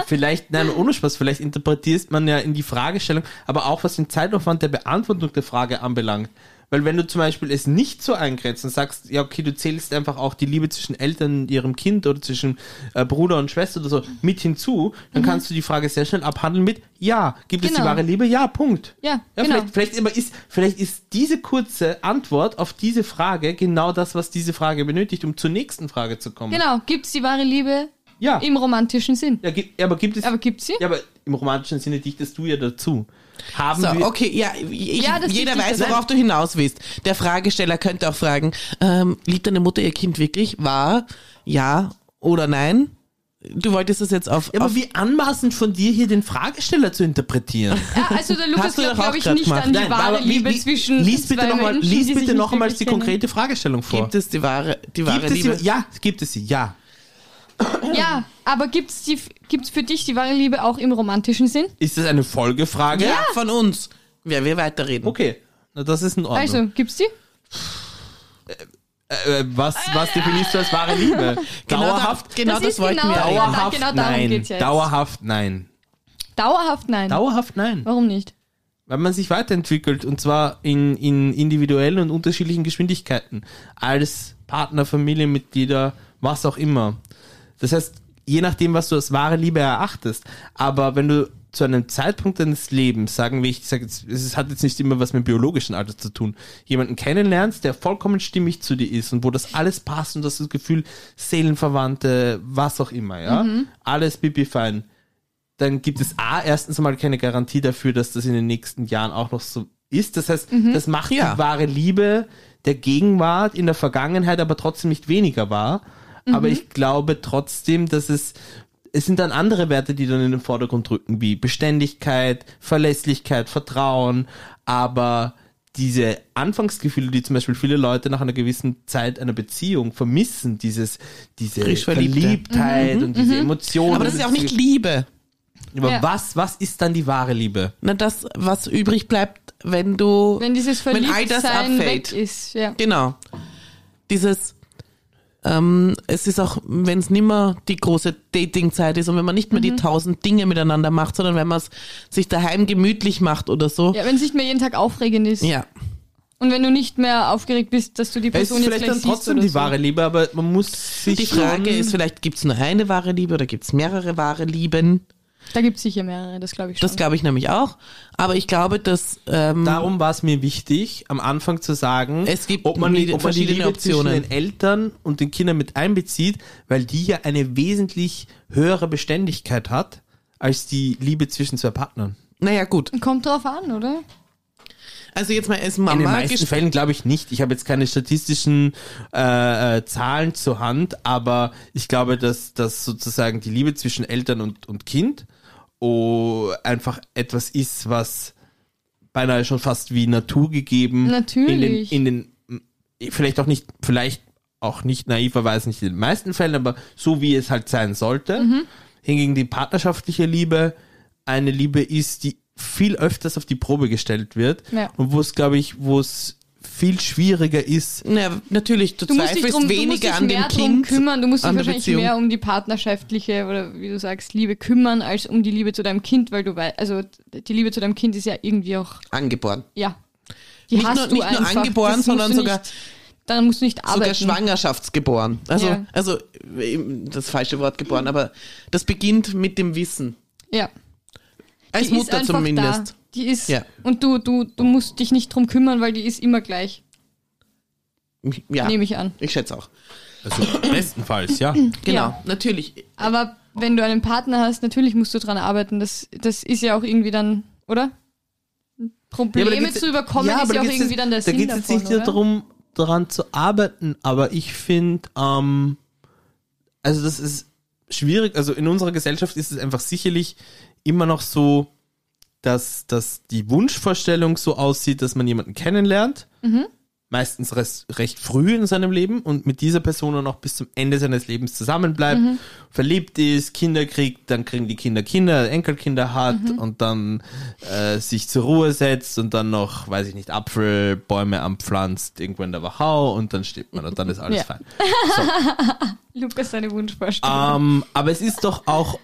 [SPEAKER 3] Vielleicht, nein, ohne Spaß, vielleicht interpretierst man ja in die Fragestellung, aber auch was den Zeitaufwand der Beantwortung der Frage anbelangt. Weil wenn du zum Beispiel es nicht so eingrenzt und sagst, ja okay, du zählst einfach auch die Liebe zwischen Eltern und ihrem Kind oder zwischen äh, Bruder und Schwester oder so mit hinzu, dann kannst du die Frage sehr schnell abhandeln mit, ja, gibt es die
[SPEAKER 2] Mhm. Genau.
[SPEAKER 3] wahre Liebe? Ja, Punkt.
[SPEAKER 2] Ja,
[SPEAKER 3] ja
[SPEAKER 2] genau.
[SPEAKER 3] vielleicht, vielleicht, immer ist, vielleicht ist diese kurze Antwort auf diese Frage genau das, was diese Frage benötigt, um zur nächsten Frage zu kommen.
[SPEAKER 2] Genau, gibt's die wahre Liebe
[SPEAKER 3] Ja.
[SPEAKER 2] im romantischen Sinn.
[SPEAKER 3] ja, gibt, aber gibt es
[SPEAKER 2] Aber gibt's sie?
[SPEAKER 3] Ah. ja, aber im romantischen Sinne dichtest du ja dazu. Haben
[SPEAKER 1] So,
[SPEAKER 3] wir,
[SPEAKER 1] okay, ja, ich,
[SPEAKER 2] Ja, das
[SPEAKER 1] jeder
[SPEAKER 2] liegt nicht
[SPEAKER 1] weiß,
[SPEAKER 2] daran.
[SPEAKER 1] worauf du hinaus willst. Der Fragesteller könnte auch fragen, ähm, liebt deine Mutter ihr Kind wirklich? War, ja oder nein? Du wolltest das jetzt auf,
[SPEAKER 3] ja, aber
[SPEAKER 1] auf
[SPEAKER 3] wie anmaßend von dir hier den Fragesteller zu interpretieren.
[SPEAKER 2] Ja, also der Lukas
[SPEAKER 1] Hast du doch
[SPEAKER 2] glaubt,
[SPEAKER 1] auch
[SPEAKER 2] glaube ich,
[SPEAKER 1] grad
[SPEAKER 2] nicht
[SPEAKER 1] gemacht.
[SPEAKER 2] [laughs] an die wahre
[SPEAKER 3] aber wie-
[SPEAKER 2] Liebe
[SPEAKER 3] wie-
[SPEAKER 2] zwischen
[SPEAKER 3] lies bitte
[SPEAKER 2] zwei
[SPEAKER 3] noch mal,
[SPEAKER 2] Menschen,
[SPEAKER 3] lies
[SPEAKER 2] die sich
[SPEAKER 3] bitte
[SPEAKER 2] nicht
[SPEAKER 3] nochmals die
[SPEAKER 2] wirklich kennen.
[SPEAKER 3] konkrete Fragestellung vor.
[SPEAKER 1] gibt es die wahre, die wahre
[SPEAKER 3] Gibt es
[SPEAKER 1] Liebe?
[SPEAKER 3] sie? Ja, gibt es sie, ja.
[SPEAKER 2] Ja, aber gibt's die gibt's für dich die wahre Liebe auch im romantischen Sinn?
[SPEAKER 3] Ist das eine Folgefrage?
[SPEAKER 1] Ja, von uns. Ja, wir weiterreden.
[SPEAKER 3] Okay, na, das ist in Ordnung.
[SPEAKER 2] Also, gibt's die?
[SPEAKER 3] Äh, was, was definierst du als wahre
[SPEAKER 2] [laughs]
[SPEAKER 3] Liebe?
[SPEAKER 1] Genau da-
[SPEAKER 3] Dauerhaft?
[SPEAKER 1] genau das,
[SPEAKER 2] Das ist
[SPEAKER 1] wollten
[SPEAKER 2] genau-
[SPEAKER 1] wir auch.
[SPEAKER 2] da-
[SPEAKER 3] Dauerhaft
[SPEAKER 2] genau darum
[SPEAKER 3] nein.
[SPEAKER 2] geht's jetzt.
[SPEAKER 3] Dauerhaft nein.
[SPEAKER 2] Dauerhaft nein.
[SPEAKER 3] Dauerhaft nein.
[SPEAKER 2] Warum nicht?
[SPEAKER 3] Weil man sich weiterentwickelt und zwar in, in individuellen und unterschiedlichen Geschwindigkeiten. Als Partner, Familienmitglieder, was auch immer. Das heißt, je nachdem, was du als wahre Liebe erachtest. Aber wenn du zu einem Zeitpunkt deines Lebens, sagen wir, ich sag jetzt, es hat jetzt nicht immer was mit biologischem Alter zu tun, jemanden kennenlernst, der vollkommen stimmig zu dir ist und wo das alles passt und das Gefühl, Seelenverwandte, was auch immer, ja, alles pipi fein, dann gibt es A, erstens mal keine Garantie dafür, dass das in den nächsten Jahren auch noch so ist. Das heißt,
[SPEAKER 1] Mhm.
[SPEAKER 3] das macht
[SPEAKER 1] Ja.
[SPEAKER 3] die wahre Liebe der Gegenwart in der Vergangenheit aber trotzdem nicht weniger wahr. Aber
[SPEAKER 1] Mhm.
[SPEAKER 3] ich glaube trotzdem, dass es, es sind dann andere Werte, die dann in den Vordergrund rücken, wie Beständigkeit, Verlässlichkeit, Vertrauen, aber diese Anfangsgefühle, die zum Beispiel viele Leute nach einer gewissen Zeit einer Beziehung vermissen, dieses, diese
[SPEAKER 1] Frisch Verliebte.
[SPEAKER 3] Verliebtheit und diese Emotionen.
[SPEAKER 1] Mhm. Aber das ist ja auch
[SPEAKER 3] Hm.
[SPEAKER 1] nicht Liebe.
[SPEAKER 3] Aber
[SPEAKER 2] Ja.
[SPEAKER 3] was, was ist dann die wahre Liebe?
[SPEAKER 1] Na, das, was übrig bleibt, wenn du.
[SPEAKER 2] Wenn dieses
[SPEAKER 1] Wenn all das
[SPEAKER 2] Verliebtsein
[SPEAKER 1] abfällt.
[SPEAKER 2] weg ist, ja.
[SPEAKER 1] genau. Dieses. Ähm, es ist auch, wenn es nimmer die große Datingzeit ist und wenn man nicht mehr die
[SPEAKER 2] Mhm.
[SPEAKER 1] tausend Dinge miteinander macht, sondern wenn man es sich daheim gemütlich macht oder so.
[SPEAKER 2] Ja, wenn es nicht mehr jeden Tag aufregend ist.
[SPEAKER 1] ja.
[SPEAKER 2] Und wenn du nicht mehr aufgeregt bist, dass du die
[SPEAKER 3] Es
[SPEAKER 2] Person
[SPEAKER 3] ist
[SPEAKER 2] jetzt
[SPEAKER 3] vielleicht
[SPEAKER 2] gleich
[SPEAKER 3] dann
[SPEAKER 2] siehst
[SPEAKER 3] trotzdem
[SPEAKER 2] oder
[SPEAKER 3] die
[SPEAKER 2] so.
[SPEAKER 3] wahre Liebe, aber man muss sich
[SPEAKER 1] Die Frage
[SPEAKER 3] schon
[SPEAKER 1] ist, hm. vielleicht gibt es nur eine wahre Liebe oder gibt es mehrere wahre Lieben?
[SPEAKER 2] Da gibt es sicher mehrere, das glaube ich schon.
[SPEAKER 1] Das glaube ich nämlich auch. Aber ich glaube, dass ähm,
[SPEAKER 3] Darum war es mir wichtig, am Anfang zu sagen,
[SPEAKER 1] Es gibt
[SPEAKER 3] ob man,
[SPEAKER 1] nie-
[SPEAKER 3] ob man die
[SPEAKER 1] verschiedene
[SPEAKER 3] Liebe
[SPEAKER 1] Optionen.
[SPEAKER 3] zwischen den Eltern und den Kindern mit einbezieht, weil die ja eine wesentlich höhere Beständigkeit hat als die Liebe zwischen zwei Partnern.
[SPEAKER 1] naja gut.
[SPEAKER 2] Kommt drauf an, oder?
[SPEAKER 1] Also jetzt mal als
[SPEAKER 3] In den
[SPEAKER 1] Mama
[SPEAKER 3] meisten
[SPEAKER 1] gesprochen.
[SPEAKER 3] Fällen glaube ich nicht. Ich habe jetzt keine statistischen äh, äh, Zahlen zur Hand, aber ich glaube, dass, dass sozusagen die Liebe zwischen Eltern und, und Kind oh, einfach etwas ist, was beinahe schon fast wie naturgegeben
[SPEAKER 2] Natürlich.
[SPEAKER 3] in den, in den vielleicht auch nicht, vielleicht auch nicht naiverweise nicht in den meisten Fällen, aber so wie es halt sein sollte.
[SPEAKER 2] Mhm.
[SPEAKER 3] Hingegen die partnerschaftliche Liebe eine Liebe ist, die viel öfters auf die Probe gestellt wird
[SPEAKER 2] Ja.
[SPEAKER 3] und wo es, glaube ich, wo es viel schwieriger ist.
[SPEAKER 1] Na, natürlich, du,
[SPEAKER 2] Du musst, dich
[SPEAKER 1] zweifelst
[SPEAKER 2] drum, du musst
[SPEAKER 1] weniger
[SPEAKER 2] dich
[SPEAKER 1] an dem
[SPEAKER 2] mehr drum
[SPEAKER 1] Kind.
[SPEAKER 2] kümmern, du musst dich
[SPEAKER 1] an der
[SPEAKER 2] wahrscheinlich
[SPEAKER 1] Beziehung.
[SPEAKER 2] mehr um die partnerschaftliche oder wie du sagst, Liebe kümmern, als um die Liebe zu deinem Kind, weil du weißt, also die Liebe zu deinem Kind ist ja irgendwie auch,
[SPEAKER 1] Angeboren.
[SPEAKER 2] ja, die
[SPEAKER 1] Nicht
[SPEAKER 2] hast
[SPEAKER 1] nur-
[SPEAKER 2] du
[SPEAKER 1] nicht nur
[SPEAKER 2] einfach.
[SPEAKER 1] angeboren,
[SPEAKER 2] Das musst
[SPEAKER 1] sondern
[SPEAKER 2] du
[SPEAKER 1] sogar-
[SPEAKER 2] Nicht, dann musst du nicht
[SPEAKER 1] Sogar
[SPEAKER 2] arbeiten.
[SPEAKER 1] schwangerschaftsgeboren. Also,
[SPEAKER 2] Ja.
[SPEAKER 1] also äh, das falsche Wort geboren, aber das beginnt mit dem Wissen.
[SPEAKER 2] ja.
[SPEAKER 1] Als
[SPEAKER 2] die ist
[SPEAKER 1] Mutter
[SPEAKER 2] einfach
[SPEAKER 1] zumindest.
[SPEAKER 2] Da. Die ist,
[SPEAKER 1] Ja.
[SPEAKER 2] und du, du, du musst dich nicht drum kümmern, weil die ist immer gleich,
[SPEAKER 1] Ja,
[SPEAKER 2] nehme ich an.
[SPEAKER 1] ich schätze auch.
[SPEAKER 3] Also
[SPEAKER 2] [clears throat]
[SPEAKER 3] bestenfalls, ja.
[SPEAKER 1] Genau,
[SPEAKER 2] Ja.
[SPEAKER 1] natürlich.
[SPEAKER 2] Aber wenn du einen Partner hast, natürlich musst du dran arbeiten. Das, das ist ja auch irgendwie dann, oder?
[SPEAKER 3] aber da
[SPEAKER 2] Probleme
[SPEAKER 3] geht's-
[SPEAKER 2] zu überkommen
[SPEAKER 3] ja, aber
[SPEAKER 2] ist
[SPEAKER 3] da
[SPEAKER 2] ja auch
[SPEAKER 3] geht's
[SPEAKER 2] irgendwie
[SPEAKER 3] jetzt-
[SPEAKER 2] dann der
[SPEAKER 3] Da
[SPEAKER 2] Sinn
[SPEAKER 3] geht es
[SPEAKER 2] davon,
[SPEAKER 3] jetzt nicht nur
[SPEAKER 2] oder?
[SPEAKER 3] darum, daran zu arbeiten, aber ich finde, ähm, also das ist schwierig. Also in unserer Gesellschaft ist es einfach sicherlich immer noch so, dass, dass die Wunschvorstellung so aussieht, dass man jemanden kennenlernt. Meistens res, recht früh in seinem Leben und mit dieser Person dann auch bis zum Ende seines Lebens zusammenbleibt, verliebt ist, Kinder kriegt, dann kriegen die Kinder Kinder, Enkelkinder hat und dann äh, sich zur Ruhe setzt und dann noch, weiß ich nicht, Apfelbäume anpflanzt, irgendwo in der Wachau und dann steht man und dann ist alles
[SPEAKER 2] Ja.
[SPEAKER 3] fein.
[SPEAKER 2] Lukas, seine Wunschvorstellung.
[SPEAKER 3] Ähm, aber es ist doch auch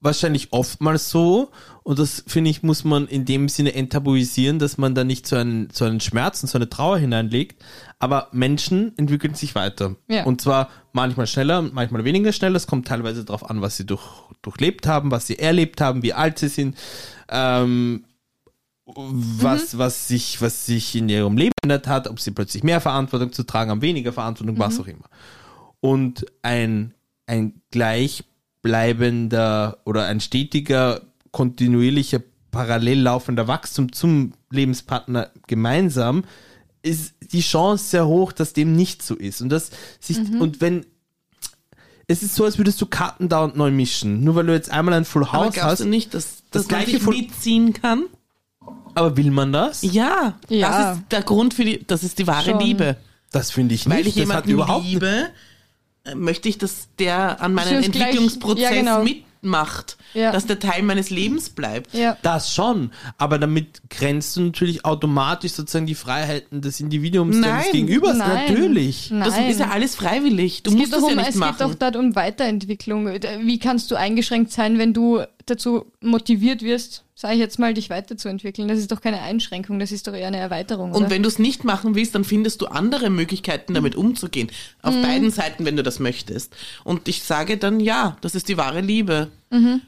[SPEAKER 3] wahrscheinlich oftmals so, und das finde ich, muss man in dem Sinne enttabuisieren, dass man da nicht so einen, so einen Schmerz und so eine Trauer hineinlegt. Aber Menschen entwickeln sich weiter.
[SPEAKER 2] Ja.
[SPEAKER 3] Und zwar manchmal schneller, manchmal weniger schnell. Es kommt teilweise darauf an, was sie durch, durchlebt haben, was sie erlebt haben, wie alt sie sind. Ähm, was, was, sich, was sich in ihrem Leben ändert hat, ob sie plötzlich mehr Verantwortung zu tragen haben, weniger Verantwortung, was auch immer und ein, ein gleichbleibender oder ein stetiger, kontinuierlicher, parallel laufender Wachstum zum Lebenspartner gemeinsam, ist die Chance sehr hoch, dass dem nicht so ist. Und das sich,
[SPEAKER 1] Mhm.
[SPEAKER 3] und wenn, es ist so, als würdest du Karten dauernd neu mischen. Nur weil du jetzt einmal ein Full
[SPEAKER 1] Aber
[SPEAKER 3] House
[SPEAKER 1] glaubst
[SPEAKER 3] hast.
[SPEAKER 1] du nicht, dass, dass
[SPEAKER 3] das
[SPEAKER 1] man
[SPEAKER 3] gleiche
[SPEAKER 1] sich
[SPEAKER 3] von-
[SPEAKER 1] mitziehen kann?
[SPEAKER 3] Aber will man das?
[SPEAKER 1] Ja,
[SPEAKER 2] Ja.
[SPEAKER 1] das ist der Grund für die, das ist die wahre
[SPEAKER 2] Schon.
[SPEAKER 1] Liebe.
[SPEAKER 3] Das finde ich
[SPEAKER 1] Weil
[SPEAKER 3] nicht.
[SPEAKER 1] ich
[SPEAKER 3] das hat
[SPEAKER 1] jemanden
[SPEAKER 3] überhaupt
[SPEAKER 1] liebe, äh, möchte ich, dass der an meinem
[SPEAKER 2] Dass wir uns gleich-
[SPEAKER 1] Entwicklungsprozess
[SPEAKER 2] ja, genau.
[SPEAKER 1] mitmacht,
[SPEAKER 2] Ja.
[SPEAKER 1] dass der Teil meines Lebens bleibt.
[SPEAKER 2] Ja.
[SPEAKER 3] Das schon, aber damit grenzt du natürlich automatisch sozusagen die Freiheiten des Individuums deines
[SPEAKER 1] Nein.
[SPEAKER 3] Gegenübers.
[SPEAKER 2] Nein.
[SPEAKER 3] Natürlich.
[SPEAKER 2] Nein.
[SPEAKER 1] Das ist ja alles freiwillig. Du
[SPEAKER 2] es
[SPEAKER 1] musst
[SPEAKER 2] geht
[SPEAKER 1] das
[SPEAKER 2] doch um,
[SPEAKER 1] ja nicht
[SPEAKER 2] es geht
[SPEAKER 1] machen.
[SPEAKER 2] doch dort um Weiterentwicklung. Wie kannst du eingeschränkt sein, wenn du dazu motiviert wirst, sage ich jetzt mal, dich weiterzuentwickeln? Das ist doch keine Einschränkung, das ist doch eher eine Erweiterung.
[SPEAKER 1] Und
[SPEAKER 2] oder?
[SPEAKER 1] wenn du es nicht machen willst, dann findest du andere Möglichkeiten, damit umzugehen. Auf beiden Seiten, wenn du das möchtest. Und ich sage dann, ja, das ist die wahre Liebe.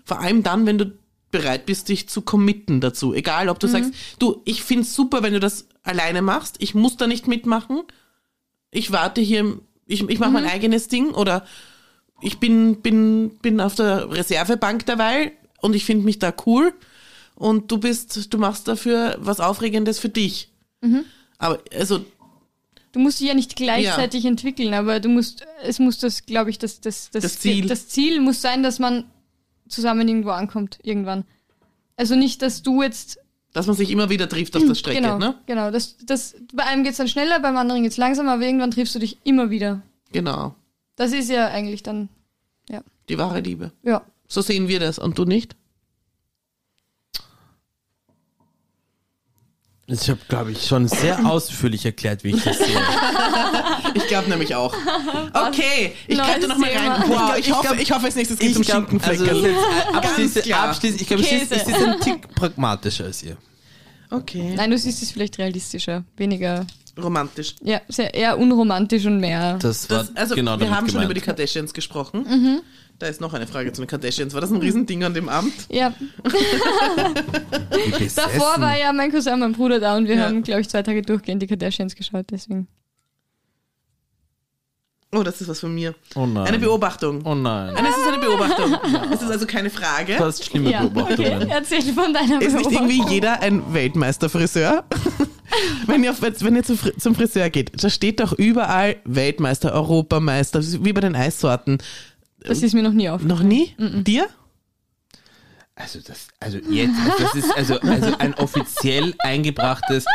[SPEAKER 1] Vor allem dann, wenn du bereit bist, dich zu committen dazu. Egal, ob du sagst, du, ich finde es super, wenn du das alleine machst. Ich muss da nicht mitmachen. Ich warte hier, im- ich, ich mache mein eigenes Ding oder ich bin, bin, bin auf der Reservebank derweil und ich finde mich da cool. Und du bist, du machst dafür was Aufregendes für dich. Aber also,
[SPEAKER 2] du musst dich ja nicht gleichzeitig entwickeln, aber du musst, es muss das, glaube ich, das, das, das,
[SPEAKER 1] Das Ziel.
[SPEAKER 2] das Ziel muss sein, dass man zusammen irgendwo ankommt, irgendwann. Also nicht, dass du jetzt
[SPEAKER 1] dass man sich immer wieder trifft auf der Strecke,
[SPEAKER 2] genau,
[SPEAKER 1] ne?
[SPEAKER 2] genau. Das, das, bei einem geht's dann schneller, beim anderen geht's langsamer, aber irgendwann triffst du dich immer wieder.
[SPEAKER 1] Genau.
[SPEAKER 2] Das ist ja eigentlich dann,
[SPEAKER 1] Die wahre Liebe.
[SPEAKER 2] ja.
[SPEAKER 1] So sehen wir das. Und du nicht?
[SPEAKER 3] Ich habe, glaube ich, schon [laughs] sehr ausführlich erklärt, wie ich das sehe.
[SPEAKER 1] Ich glaube nämlich
[SPEAKER 2] [laughs]
[SPEAKER 1] auch. Okay, ich
[SPEAKER 2] Neues
[SPEAKER 1] könnte noch mal
[SPEAKER 2] Thema.
[SPEAKER 1] rein. Wow, ich,
[SPEAKER 3] Ich glaub-
[SPEAKER 1] hoffe, ich hoffe, als nächstes geht es um
[SPEAKER 3] Ich glaube, also,
[SPEAKER 1] Schinkenfleckerl.
[SPEAKER 3] das jetzt abschließend,
[SPEAKER 1] klar.
[SPEAKER 3] abschließend, ich glaube, es ist, es ist ein Tick pragmatischer als ihr.
[SPEAKER 1] okay.
[SPEAKER 2] Nein, du siehst es vielleicht realistischer, weniger,
[SPEAKER 1] Romantisch.
[SPEAKER 2] ja, sehr, eher unromantisch und mehr.
[SPEAKER 3] Das war
[SPEAKER 1] Das, also,
[SPEAKER 3] genau
[SPEAKER 1] wir
[SPEAKER 3] damit
[SPEAKER 1] haben schon
[SPEAKER 3] gemeint.
[SPEAKER 1] über die Kardashians gesprochen.
[SPEAKER 2] Mhm.
[SPEAKER 1] Da ist noch eine Frage zu den Kardashians. War das ein Riesending an dem Abend?
[SPEAKER 2] Ja,
[SPEAKER 1] [laughs]
[SPEAKER 3] Wie besessen.
[SPEAKER 2] davor war ja mein Cousin, mein Bruder da und wir
[SPEAKER 1] Ja.
[SPEAKER 2] haben, glaube ich, zwei Tage durchgehend die Kardashians geschaut, deswegen.
[SPEAKER 1] Oh, das ist was von mir.
[SPEAKER 3] Oh nein.
[SPEAKER 1] Eine Beobachtung.
[SPEAKER 3] Oh nein.
[SPEAKER 1] Nein, es ist eine [laughs] Beobachtung. Es ist also keine Frage.
[SPEAKER 3] Du hast schlimme
[SPEAKER 2] ja,
[SPEAKER 3] Beobachtungen.
[SPEAKER 2] okay. Erzähl von deiner
[SPEAKER 1] ne? Ist nicht
[SPEAKER 2] Beobachtung.
[SPEAKER 1] irgendwie jeder ein Weltmeisterfriseur? [laughs] wenn ihr, auf, wenn ihr zum, Fri- zum Friseur geht, da steht doch überall Weltmeister, Europameister, wie bei den Eissorten.
[SPEAKER 2] Das ist mir noch nie auf.
[SPEAKER 1] Noch nie? Dir?
[SPEAKER 3] Also das, also jetzt, also das ist also, also ein offiziell eingebrachtes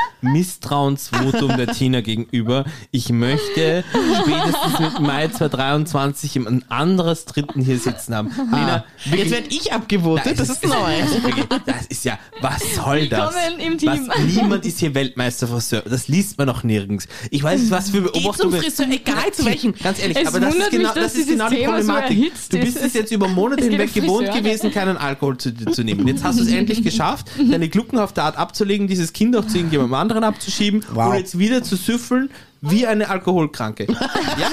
[SPEAKER 3] Misstrauensvotum der Tina gegenüber. Ich möchte spätestens mit Mai 2023 jemand anderes Dritten hier sitzen haben. Nina,
[SPEAKER 1] Ah. Jetzt werde ich abgewotet, das ist
[SPEAKER 3] [laughs]
[SPEAKER 1] neu.
[SPEAKER 3] also wirklich, das ist ja, was soll das?
[SPEAKER 2] Willkommen im Team.
[SPEAKER 3] Was, niemand ist hier Weltmeisterfriseur. Das liest man noch nirgends. Ich weiß nicht, was für
[SPEAKER 1] Geh zum
[SPEAKER 3] Beobachtungen.
[SPEAKER 1] Friseur, egal zu welchem.
[SPEAKER 3] [laughs] Ganz ehrlich,
[SPEAKER 2] Es
[SPEAKER 3] aber das ist
[SPEAKER 2] wundert mich,
[SPEAKER 3] genau,
[SPEAKER 2] dass
[SPEAKER 3] das ist
[SPEAKER 2] dieses
[SPEAKER 3] genau die
[SPEAKER 2] Thema so
[SPEAKER 3] Problematik.
[SPEAKER 2] erhitzt
[SPEAKER 3] du
[SPEAKER 2] ist.
[SPEAKER 3] bist es jetzt über Monate
[SPEAKER 2] [laughs] Es geht
[SPEAKER 3] hinweg
[SPEAKER 2] um
[SPEAKER 3] gewohnt
[SPEAKER 2] Friseure.
[SPEAKER 3] gewesen, keinen Alkohol zu dir zu nehmen. Jetzt hast du es
[SPEAKER 2] [laughs]
[SPEAKER 3] endlich geschafft, deine Glucken auf der Art abzulegen, dieses Kind auch zu irgendjemandem anderen abzuschieben
[SPEAKER 1] Wow.
[SPEAKER 3] und jetzt wieder zu süffeln wie
[SPEAKER 2] [laughs]
[SPEAKER 3] eine Alkoholkranke. ja?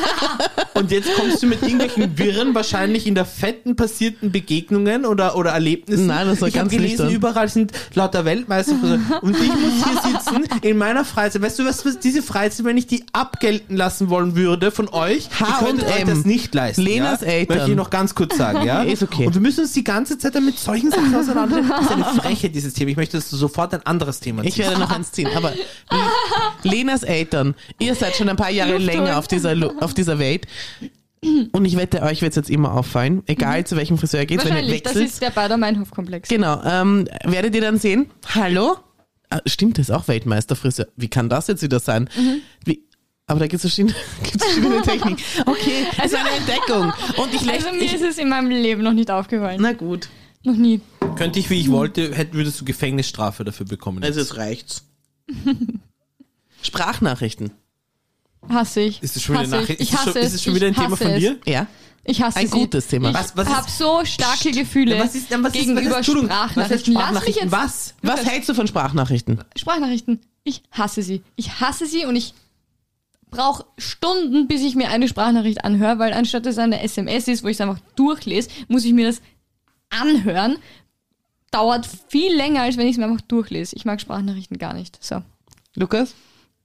[SPEAKER 3] Und jetzt kommst du mit irgendwelchen Wirren wahrscheinlich in der fetten passierten Begegnungen oder, oder Erlebnissen.
[SPEAKER 1] Nein, das war
[SPEAKER 3] ich habe
[SPEAKER 1] ganz
[SPEAKER 3] gelesen,
[SPEAKER 1] nüchtern.
[SPEAKER 3] überall sind lauter Weltmeister.
[SPEAKER 2] [laughs]
[SPEAKER 3] Und ich muss hier sitzen in meiner Freizeit. Weißt du, was was diese Freizeit, wenn ich die abgelten lassen wollen würde von euch,
[SPEAKER 1] H
[SPEAKER 3] ich könnte
[SPEAKER 1] und
[SPEAKER 3] euch
[SPEAKER 1] M.
[SPEAKER 3] das nicht leisten.
[SPEAKER 1] Lenas
[SPEAKER 3] ja?
[SPEAKER 1] Eltern.
[SPEAKER 3] Möchte ich noch ganz kurz
[SPEAKER 2] [laughs]
[SPEAKER 3] sagen, ja?
[SPEAKER 1] Ist okay.
[SPEAKER 3] Und wir müssen uns die ganze Zeit damit solchen Sachen auseinandersetzen. Das ist
[SPEAKER 2] [laughs]
[SPEAKER 3] eine Freche, dieses Thema. Ich möchte, dass du sofort ein anderes Thema
[SPEAKER 1] Ich
[SPEAKER 3] ziehst.
[SPEAKER 1] werde noch eins ziehen, [laughs] aber Lenas Eltern, ihr seid schon ein paar Jahre
[SPEAKER 2] Luft holen.
[SPEAKER 1] länger auf dieser, Lu- auf dieser Welt. Und ich wette, euch wird es jetzt immer auffallen, egal zu welchem Friseur ihr geht, wenn ihr
[SPEAKER 2] Wahrscheinlich, das
[SPEAKER 1] wechselt.
[SPEAKER 2] ist der Bader-Meinhof-Komplex.
[SPEAKER 1] Genau, ähm, werdet ihr dann sehen, hallo? Ah, stimmt, das ist auch Weltmeisterfriseur. Wie kann das jetzt wieder sein?
[SPEAKER 2] Mhm.
[SPEAKER 1] Wie, aber da gibt es verschiedene, [laughs] gibt's verschiedene Techniken. Okay, also eine Entdeckung. Und ich lächle.
[SPEAKER 2] Also mir
[SPEAKER 1] ich,
[SPEAKER 2] ist es in meinem Leben noch nicht aufgefallen.
[SPEAKER 1] na gut,
[SPEAKER 2] Noch nie.
[SPEAKER 3] Könnte ich, wie ich wollte, hätte, würdest du Gefängnisstrafe dafür bekommen.
[SPEAKER 1] also es
[SPEAKER 2] [laughs]
[SPEAKER 1] reicht's. Sprachnachrichten.
[SPEAKER 2] Hasse ich.
[SPEAKER 3] ist es schon wieder,
[SPEAKER 2] hasse
[SPEAKER 3] Nachricht?
[SPEAKER 2] ich. Ich
[SPEAKER 3] Ist es schon,
[SPEAKER 2] hasse
[SPEAKER 3] ist es schon
[SPEAKER 2] es.
[SPEAKER 3] wieder ein
[SPEAKER 2] Ich
[SPEAKER 3] Thema
[SPEAKER 2] hasse
[SPEAKER 3] von
[SPEAKER 2] es.
[SPEAKER 3] dir?
[SPEAKER 1] Ja.
[SPEAKER 2] Ich hasse
[SPEAKER 1] Ein
[SPEAKER 2] sie.
[SPEAKER 1] gutes Thema.
[SPEAKER 2] Ich
[SPEAKER 3] Was- was ist-
[SPEAKER 2] habe so starke Gefühle
[SPEAKER 3] Was ist, was ist, was ist,
[SPEAKER 2] Äh, gegenüber
[SPEAKER 3] Entschuldigung, was heißt
[SPEAKER 2] Sprachnachrichten. Lass mich
[SPEAKER 3] Sprachnachrichten?
[SPEAKER 2] jetzt
[SPEAKER 3] Was?
[SPEAKER 1] Was hältst du von Sprachnachrichten?
[SPEAKER 2] Sprachnachrichten. Ich hasse sie. Ich hasse sie und ich brauche Stunden, bis ich mir eine Sprachnachricht anhöre, weil anstatt dass es eine SMS ist, wo ich es einfach durchlese, muss ich mir das anhören. Dauert viel länger, als wenn ich es mir einfach durchlese. Ich mag Sprachnachrichten gar nicht. So.
[SPEAKER 1] Lukas?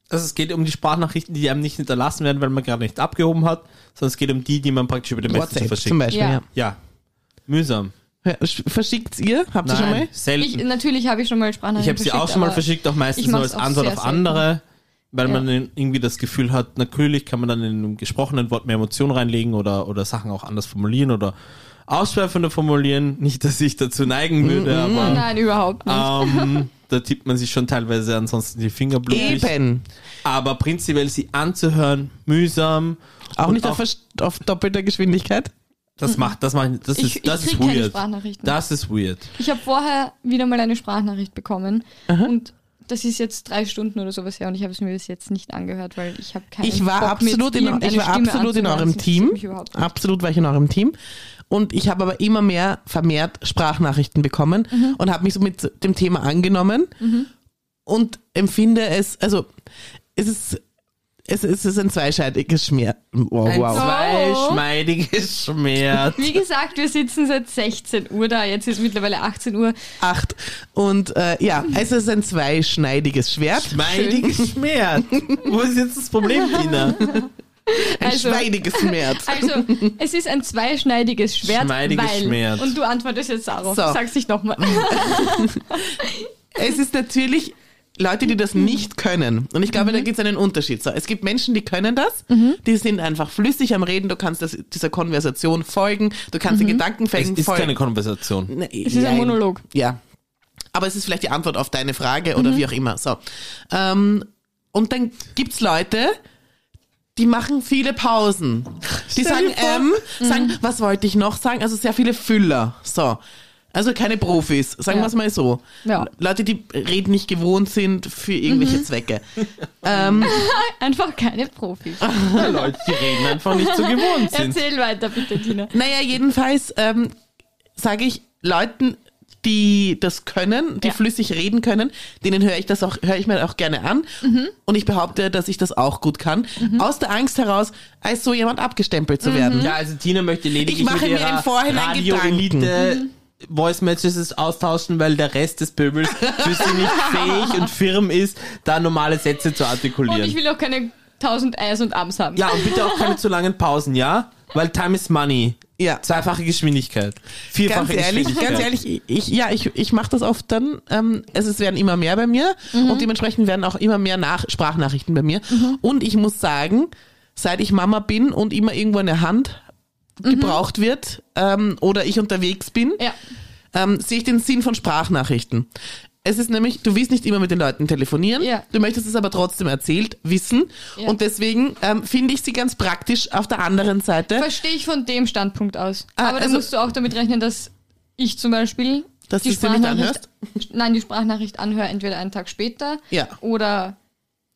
[SPEAKER 3] Also es geht um die Sprachnachrichten, die einem nicht hinterlassen werden, weil man gerade nicht abgehoben hat, sondern es geht um die, die man praktisch über den Messenger
[SPEAKER 1] WhatsApp zum
[SPEAKER 3] verschickt.
[SPEAKER 1] Beispiel, ja.
[SPEAKER 2] Ja.
[SPEAKER 3] Ja. Mühsam.
[SPEAKER 1] ja. sch- Verschickt's ihr? Habt ihr schon mal?
[SPEAKER 3] Nein, selten.
[SPEAKER 2] Ich,
[SPEAKER 3] Ich,
[SPEAKER 2] natürlich habe ich schon mal Sprachnachrichten
[SPEAKER 3] habe sie auch
[SPEAKER 2] verschickt,
[SPEAKER 3] schon mal
[SPEAKER 2] aber
[SPEAKER 3] verschickt, auch meistens
[SPEAKER 2] ich
[SPEAKER 3] nur
[SPEAKER 2] mach's
[SPEAKER 3] als
[SPEAKER 2] auch
[SPEAKER 3] Antwort
[SPEAKER 2] sehr
[SPEAKER 3] auf
[SPEAKER 2] selten.
[SPEAKER 3] andere, weil
[SPEAKER 2] Ja.
[SPEAKER 3] man dann irgendwie das Gefühl hat, natürlich kann man dann in einem gesprochenen Wort mehr Emotionen reinlegen oder, oder Sachen auch anders formulieren oder ausschweifender formulieren. Nicht, dass ich dazu neigen würde, aber...
[SPEAKER 2] Mm, Nein, überhaupt nicht.
[SPEAKER 3] Ähm, da tippt man sich schon teilweise ansonsten die Finger blutig.
[SPEAKER 1] Eben.
[SPEAKER 3] Aber prinzipiell sie anzuhören, mühsam.
[SPEAKER 1] Auch
[SPEAKER 3] und
[SPEAKER 1] nicht auf, vers- auf doppelter Geschwindigkeit.
[SPEAKER 3] das macht, das macht, das
[SPEAKER 2] Ich- ich
[SPEAKER 3] ist, das
[SPEAKER 2] krieg
[SPEAKER 3] ist
[SPEAKER 2] keine
[SPEAKER 3] weird.
[SPEAKER 2] Sprachnachrichten.
[SPEAKER 3] Das ist weird.
[SPEAKER 2] Ich habe vorher wieder mal eine Sprachnachricht bekommen und das ist jetzt drei Stunden oder sowas her und ich habe es mir bis jetzt nicht angehört, weil Also ich habe keine
[SPEAKER 1] Ich war absolut, in, ich war absolut in eurem Team. Absolut war ich in eurem Team. Und ich habe aber immer mehr vermehrt Sprachnachrichten bekommen und habe mich so mit dem Thema angenommen und empfinde es, also es ist, es, es ist ein zweischneidiges Schmier. Wow,
[SPEAKER 3] Ein
[SPEAKER 1] wow.
[SPEAKER 2] Oh.
[SPEAKER 3] zweischneidiges Schmerz.
[SPEAKER 2] Wie gesagt, wir sitzen seit 16 Uhr da, jetzt ist mittlerweile 18 Uhr.
[SPEAKER 1] [laughs] Acht. Und äh, ja, es ist ein zweischneidiges Schwert.
[SPEAKER 3] Schmeidiges Schmerz. Wo ist jetzt das Problem, Tina?
[SPEAKER 1] Ein
[SPEAKER 2] Also-
[SPEAKER 1] schweidiges Schmerz.
[SPEAKER 2] Also, es ist ein zweischneidiges Schwert,
[SPEAKER 3] Schmeidiges
[SPEAKER 2] weil...
[SPEAKER 3] Schwert.
[SPEAKER 2] Und du antwortest jetzt darauf,
[SPEAKER 1] So. Mhm.
[SPEAKER 2] sag's nicht nochmal.
[SPEAKER 1] es ist natürlich Leute, die das nicht können. Und ich glaube, da gibt es einen Unterschied. So, es gibt Menschen, die können das, die sind einfach flüssig am Reden, du kannst das, dieser Konversation folgen, du kannst den
[SPEAKER 3] Es
[SPEAKER 1] Gedankenfängen
[SPEAKER 3] ist keine
[SPEAKER 1] folgen.
[SPEAKER 3] Konversation.
[SPEAKER 1] Ne,
[SPEAKER 2] Es ist ein
[SPEAKER 1] nein.
[SPEAKER 2] Monolog. Mhm.
[SPEAKER 1] Ja. Aber es ist vielleicht die Antwort auf deine Frage oder wie auch immer. So. Ähm, und dann gibt's Leute, die machen viele Pausen. Die
[SPEAKER 3] Stell
[SPEAKER 1] sagen,
[SPEAKER 3] dir vor.
[SPEAKER 1] ähm,
[SPEAKER 2] Mhm.
[SPEAKER 1] sagen, was wollte ich noch sagen? Also sehr viele Füller. So. Also keine Profis, sagen
[SPEAKER 2] Ja.
[SPEAKER 1] wir es mal so.
[SPEAKER 2] Ja. Mhm.
[SPEAKER 1] Leute, die Reden nicht gewohnt sind für irgendwelche Zwecke. ähm,
[SPEAKER 2] [laughs] Einfach keine Profis.
[SPEAKER 3] Ja, Leute, die reden einfach nicht so gewohnt sind.
[SPEAKER 2] Erzähl weiter bitte, Tina.
[SPEAKER 1] Naja, jedenfalls ähm, sage ich Leuten, die das können, die
[SPEAKER 2] Ja.
[SPEAKER 1] flüssig reden können, denen höre ich das auch, höre ich mir auch gerne an.
[SPEAKER 2] Mhm.
[SPEAKER 1] Und ich behaupte, dass ich das auch gut kann. Aus der Angst heraus, als so jemand abgestempelt zu
[SPEAKER 2] Mhm.
[SPEAKER 1] werden.
[SPEAKER 3] Ja, also Tina möchte lediglich
[SPEAKER 1] Ich mache
[SPEAKER 3] mit
[SPEAKER 1] mir
[SPEAKER 3] ihrer
[SPEAKER 1] im Vorhinein
[SPEAKER 3] Radio
[SPEAKER 1] Gedanken.
[SPEAKER 3] Elite Voice Messages austauschen, weil der Rest des Pöbels für sie
[SPEAKER 1] [laughs]
[SPEAKER 3] nicht fähig und firm ist, da normale Sätze zu
[SPEAKER 2] Und
[SPEAKER 3] artikulieren.
[SPEAKER 2] ich will auch keine 1000 Eis und Abends haben.
[SPEAKER 3] ja, und bitte auch keine zu langen Pausen, ja? Weil Time is Money.
[SPEAKER 1] Ja.
[SPEAKER 3] Zweifache Geschwindigkeit. Vierfache
[SPEAKER 1] Ganz ehrlich,
[SPEAKER 3] Geschwindigkeit.
[SPEAKER 1] ganz ehrlich, ich, ja, ich, ich mache das oft dann. Ähm, es, ist- werden immer mehr bei mir
[SPEAKER 2] Mhm.
[SPEAKER 1] und dementsprechend werden auch immer mehr Nach Sprachnachrichten bei mir. Und ich muss sagen, seit ich Mama bin und immer irgendwo eine Hand gebraucht wird ähm, oder ich unterwegs bin,
[SPEAKER 2] Mhm. Ja.
[SPEAKER 1] ähm, sehe ich den Sinn von Sprachnachrichten. Es ist nämlich, du willst nicht immer mit den Leuten telefonieren,
[SPEAKER 2] Ja.
[SPEAKER 1] du möchtest es aber trotzdem erzählt wissen
[SPEAKER 2] Ja.
[SPEAKER 1] und deswegen ähm, finde ich sie ganz praktisch auf der anderen Seite.
[SPEAKER 2] Verstehe ich von dem Standpunkt aus.
[SPEAKER 1] Ah,
[SPEAKER 2] Aber da
[SPEAKER 1] also-
[SPEAKER 2] musst du auch damit rechnen, dass ich zum Beispiel
[SPEAKER 1] Dass du sie nicht anhörst?
[SPEAKER 2] [laughs] Nein, die Sprachnachricht anhöre entweder einen Tag später
[SPEAKER 1] Ja.
[SPEAKER 2] oder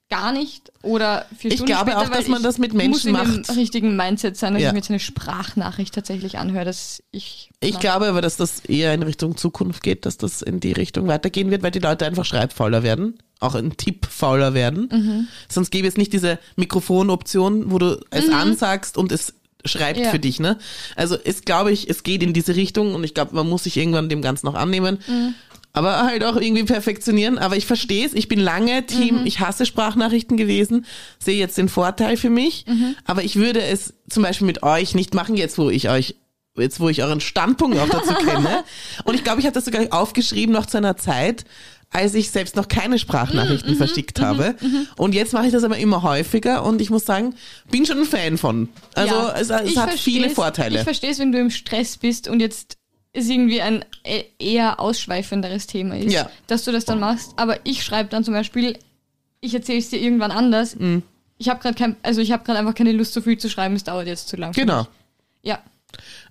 [SPEAKER 2] gar nicht oder vier
[SPEAKER 1] Ich
[SPEAKER 2] Stunden
[SPEAKER 1] glaube
[SPEAKER 2] später,
[SPEAKER 1] auch,
[SPEAKER 2] weil
[SPEAKER 1] dass man
[SPEAKER 2] ich
[SPEAKER 1] das mit Menschen
[SPEAKER 2] muss in dem
[SPEAKER 1] macht.
[SPEAKER 2] richtigen Mindset sein, dass
[SPEAKER 1] Ja.
[SPEAKER 2] ich mir jetzt eine Sprachnachricht tatsächlich anhöre, dass ich...
[SPEAKER 1] Ich glaube aber, dass das eher in Richtung Zukunft geht, dass das in die Richtung weitergehen wird, weil die Leute einfach schreibfauler werden, auch in Tipp fauler werden.
[SPEAKER 2] Mhm.
[SPEAKER 1] Sonst gäbe es nicht diese Mikrofonoption, wo du es
[SPEAKER 2] Mhm.
[SPEAKER 1] ansagst und es schreibt
[SPEAKER 2] Ja.
[SPEAKER 1] für dich, ne? Also es glaube ich, es geht in diese Richtung und ich glaube, man muss sich irgendwann dem Ganzen noch annehmen. Aber halt auch irgendwie perfektionieren. Aber ich verstehe es. Ich bin lange Team, ich hasse Sprachnachrichten gewesen, sehe jetzt den Vorteil für mich. Aber ich würde es zum Beispiel mit euch nicht machen, jetzt wo ich euch, jetzt wo ich euren Standpunkt auch dazu kenne. Und ich glaube, ich habe das sogar aufgeschrieben noch zu einer Zeit, als ich selbst noch keine Sprachnachrichten verschickt habe. Und jetzt mache ich das aber immer häufiger und ich muss sagen, bin schon ein Fan von. Also
[SPEAKER 2] Ja.
[SPEAKER 1] es, es
[SPEAKER 2] Ich
[SPEAKER 1] hat viele
[SPEAKER 2] versteh's- Ich
[SPEAKER 1] Vorteile.
[SPEAKER 2] verstehe es, wenn du im Stress bist und jetzt es irgendwie ein e- eher ausschweifenderes Thema ist,
[SPEAKER 1] Ja.
[SPEAKER 2] dass du das dann machst. Aber ich schreibe dann zum Beispiel, ich erzähle es dir irgendwann anders.
[SPEAKER 1] Mhm.
[SPEAKER 2] Ich habe gerade kein, also ich habe gerade einfach keine Lust, so viel zu schreiben. Es dauert jetzt zu lang.
[SPEAKER 1] Genau.
[SPEAKER 2] Ja,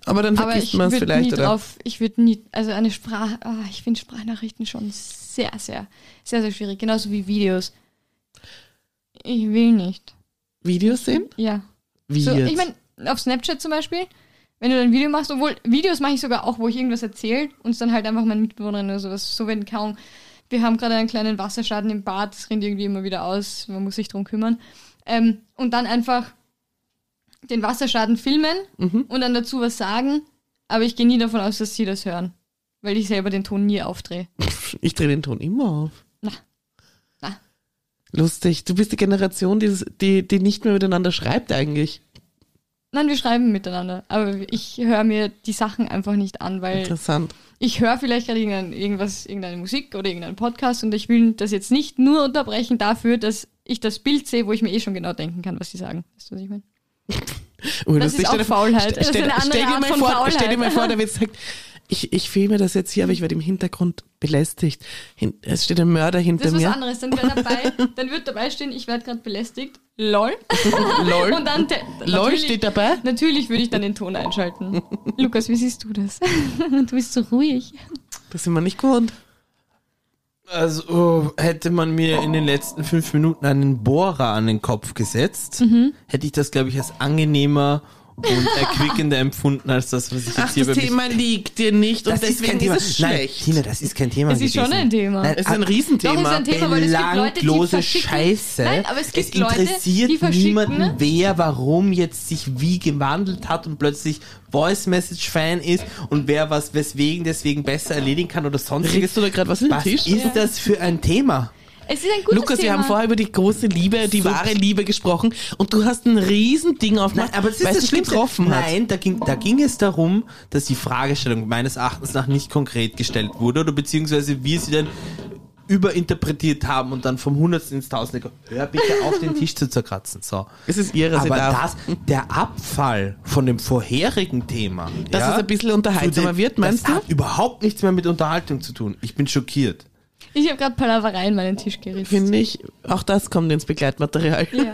[SPEAKER 1] Aber dann
[SPEAKER 2] aber
[SPEAKER 1] vergisst
[SPEAKER 2] ich
[SPEAKER 1] man es
[SPEAKER 2] würde nie
[SPEAKER 1] vielleicht, oder?
[SPEAKER 2] drauf. Ich würde nie, also eine Sprache. ah, ich finde Sprachnachrichten schon sehr, sehr, sehr, sehr schwierig. Genauso wie Videos. Ich will nicht.
[SPEAKER 1] Videos sehen?
[SPEAKER 2] Ja.
[SPEAKER 1] Wie
[SPEAKER 2] So,
[SPEAKER 1] jetzt?
[SPEAKER 2] ich meine, auf Snapchat zum Beispiel, wenn du dann ein Video machst, obwohl Videos mache ich sogar auch, wo ich irgendwas erzähle und es dann halt einfach meine Mitbewohnerin oder sowas, so wenn kaum, wir haben gerade einen kleinen Wasserschaden im Bad, das rennt irgendwie immer wieder aus, man muss sich drum kümmern. Ähm, und dann einfach den Wasserschaden filmen und dann dazu was sagen, aber ich gehe nie davon aus, dass sie das hören, weil ich selber den Ton nie aufdrehe.
[SPEAKER 1] Ich drehe den Ton immer auf.
[SPEAKER 2] Na. Na.
[SPEAKER 1] Lustig. Du bist die Generation, die, das- die, die nicht mehr miteinander schreibt eigentlich.
[SPEAKER 2] Nein, wir schreiben miteinander, aber ich höre mir die Sachen einfach nicht an, weil
[SPEAKER 1] Interessant.
[SPEAKER 2] ich höre vielleicht gerade irgendein, irgendwas, irgendeine Musik oder irgendeinen Podcast und ich will das jetzt nicht nur unterbrechen dafür, dass ich das Bild sehe, wo ich mir eh schon genau denken kann, was sie sagen. Weißt du, was ich meine?
[SPEAKER 1] Oh, lustig.
[SPEAKER 2] Das ist
[SPEAKER 1] Stell
[SPEAKER 2] auch
[SPEAKER 1] dir-
[SPEAKER 2] Faulheit.
[SPEAKER 1] stell-
[SPEAKER 2] Das ist eine andere
[SPEAKER 1] stell dir
[SPEAKER 2] Art
[SPEAKER 1] mal
[SPEAKER 2] von
[SPEAKER 1] vor,
[SPEAKER 2] Faulheit.
[SPEAKER 1] Stell dir mal vor, da wird gesagt, ich, ich filme das jetzt hier, aber ich werde im Hintergrund belästigt. Hin, es steht ein Mörder hinter
[SPEAKER 2] Das ist was
[SPEAKER 1] mir.
[SPEAKER 2] anderes. Dann, wär dabei, dann wird dabei stehen, ich werde gerade belästigt. Lol.
[SPEAKER 1] Lol.
[SPEAKER 2] Und dann te-
[SPEAKER 1] Lol
[SPEAKER 2] natürlich-
[SPEAKER 1] steht dabei.
[SPEAKER 2] Natürlich würde ich dann den
[SPEAKER 1] [laughs]
[SPEAKER 2] Ton einschalten. Lukas, wie siehst du das? [laughs] du bist so ruhig.
[SPEAKER 1] Das sind wir nicht gewohnt.
[SPEAKER 3] Also oh, hätte man mir in den letzten fünf Minuten einen Bohrer an den Kopf gesetzt, hätte ich das, glaube ich, als angenehmer [laughs] und erquickender empfunden, als das, was ich jetzt
[SPEAKER 1] Ach,
[SPEAKER 3] hier
[SPEAKER 1] das
[SPEAKER 3] bei
[SPEAKER 1] Thema liegt dir nicht und
[SPEAKER 3] Das
[SPEAKER 1] deswegen ist,
[SPEAKER 3] kein Thema.
[SPEAKER 1] es
[SPEAKER 3] Nein, Ah,
[SPEAKER 1] schlecht.
[SPEAKER 3] Tina, das ist kein Thema.
[SPEAKER 2] Es ist schon
[SPEAKER 3] gewesen.
[SPEAKER 2] ein Thema.
[SPEAKER 3] Nein,
[SPEAKER 1] es ist ein Riesenthema.
[SPEAKER 2] Doch, es ist ein Thema, weil es gibt Leute, die
[SPEAKER 3] belanglose
[SPEAKER 2] verschicken-
[SPEAKER 3] Scheiße.
[SPEAKER 2] Nein, aber es gibt
[SPEAKER 3] es
[SPEAKER 2] Leute, die
[SPEAKER 3] interessiert
[SPEAKER 2] verschicken-
[SPEAKER 3] niemanden, wer warum jetzt sich wie gewandelt hat und plötzlich Voice Message Fan ist und wer was weswegen deswegen besser erledigen kann oder sonstiges.
[SPEAKER 1] Regst du da gerade was in den
[SPEAKER 3] Was
[SPEAKER 1] Tisch?
[SPEAKER 3] ist das für ein Thema?
[SPEAKER 2] Es ist ein gutes
[SPEAKER 1] Lukas,
[SPEAKER 2] Thema.
[SPEAKER 1] wir haben vorher über die große Liebe, die
[SPEAKER 3] So-
[SPEAKER 1] wahre Liebe gesprochen und du hast ein Riesending aufgemacht, weil es dich
[SPEAKER 3] Schlimmste.
[SPEAKER 1] getroffen hat. Oh.
[SPEAKER 3] Nein, da ging, da ging es darum, dass die Fragestellung meines Erachtens nach nicht konkret gestellt wurde oder beziehungsweise wir sie dann überinterpretiert haben und dann vom Hundertsten ins Tausende. ge- Hör bitte auf, den Tisch zu zerkratzen. So.
[SPEAKER 1] Es ist ihre, sie
[SPEAKER 3] Aber
[SPEAKER 1] darf.
[SPEAKER 3] das, der Abfall von dem vorherigen Thema,
[SPEAKER 1] Dass
[SPEAKER 3] ja,
[SPEAKER 1] es ein bisschen unterhaltsamer
[SPEAKER 3] zu dem-
[SPEAKER 1] wird, meinst
[SPEAKER 3] das
[SPEAKER 1] du?
[SPEAKER 3] hat überhaupt nichts mehr mit Unterhaltung zu tun. Ich bin schockiert.
[SPEAKER 2] ich habe gerade Palaverei in meinen Tisch geritzt.
[SPEAKER 1] Finde ich, auch das kommt ins Begleitmaterial. [laughs]
[SPEAKER 2] ja.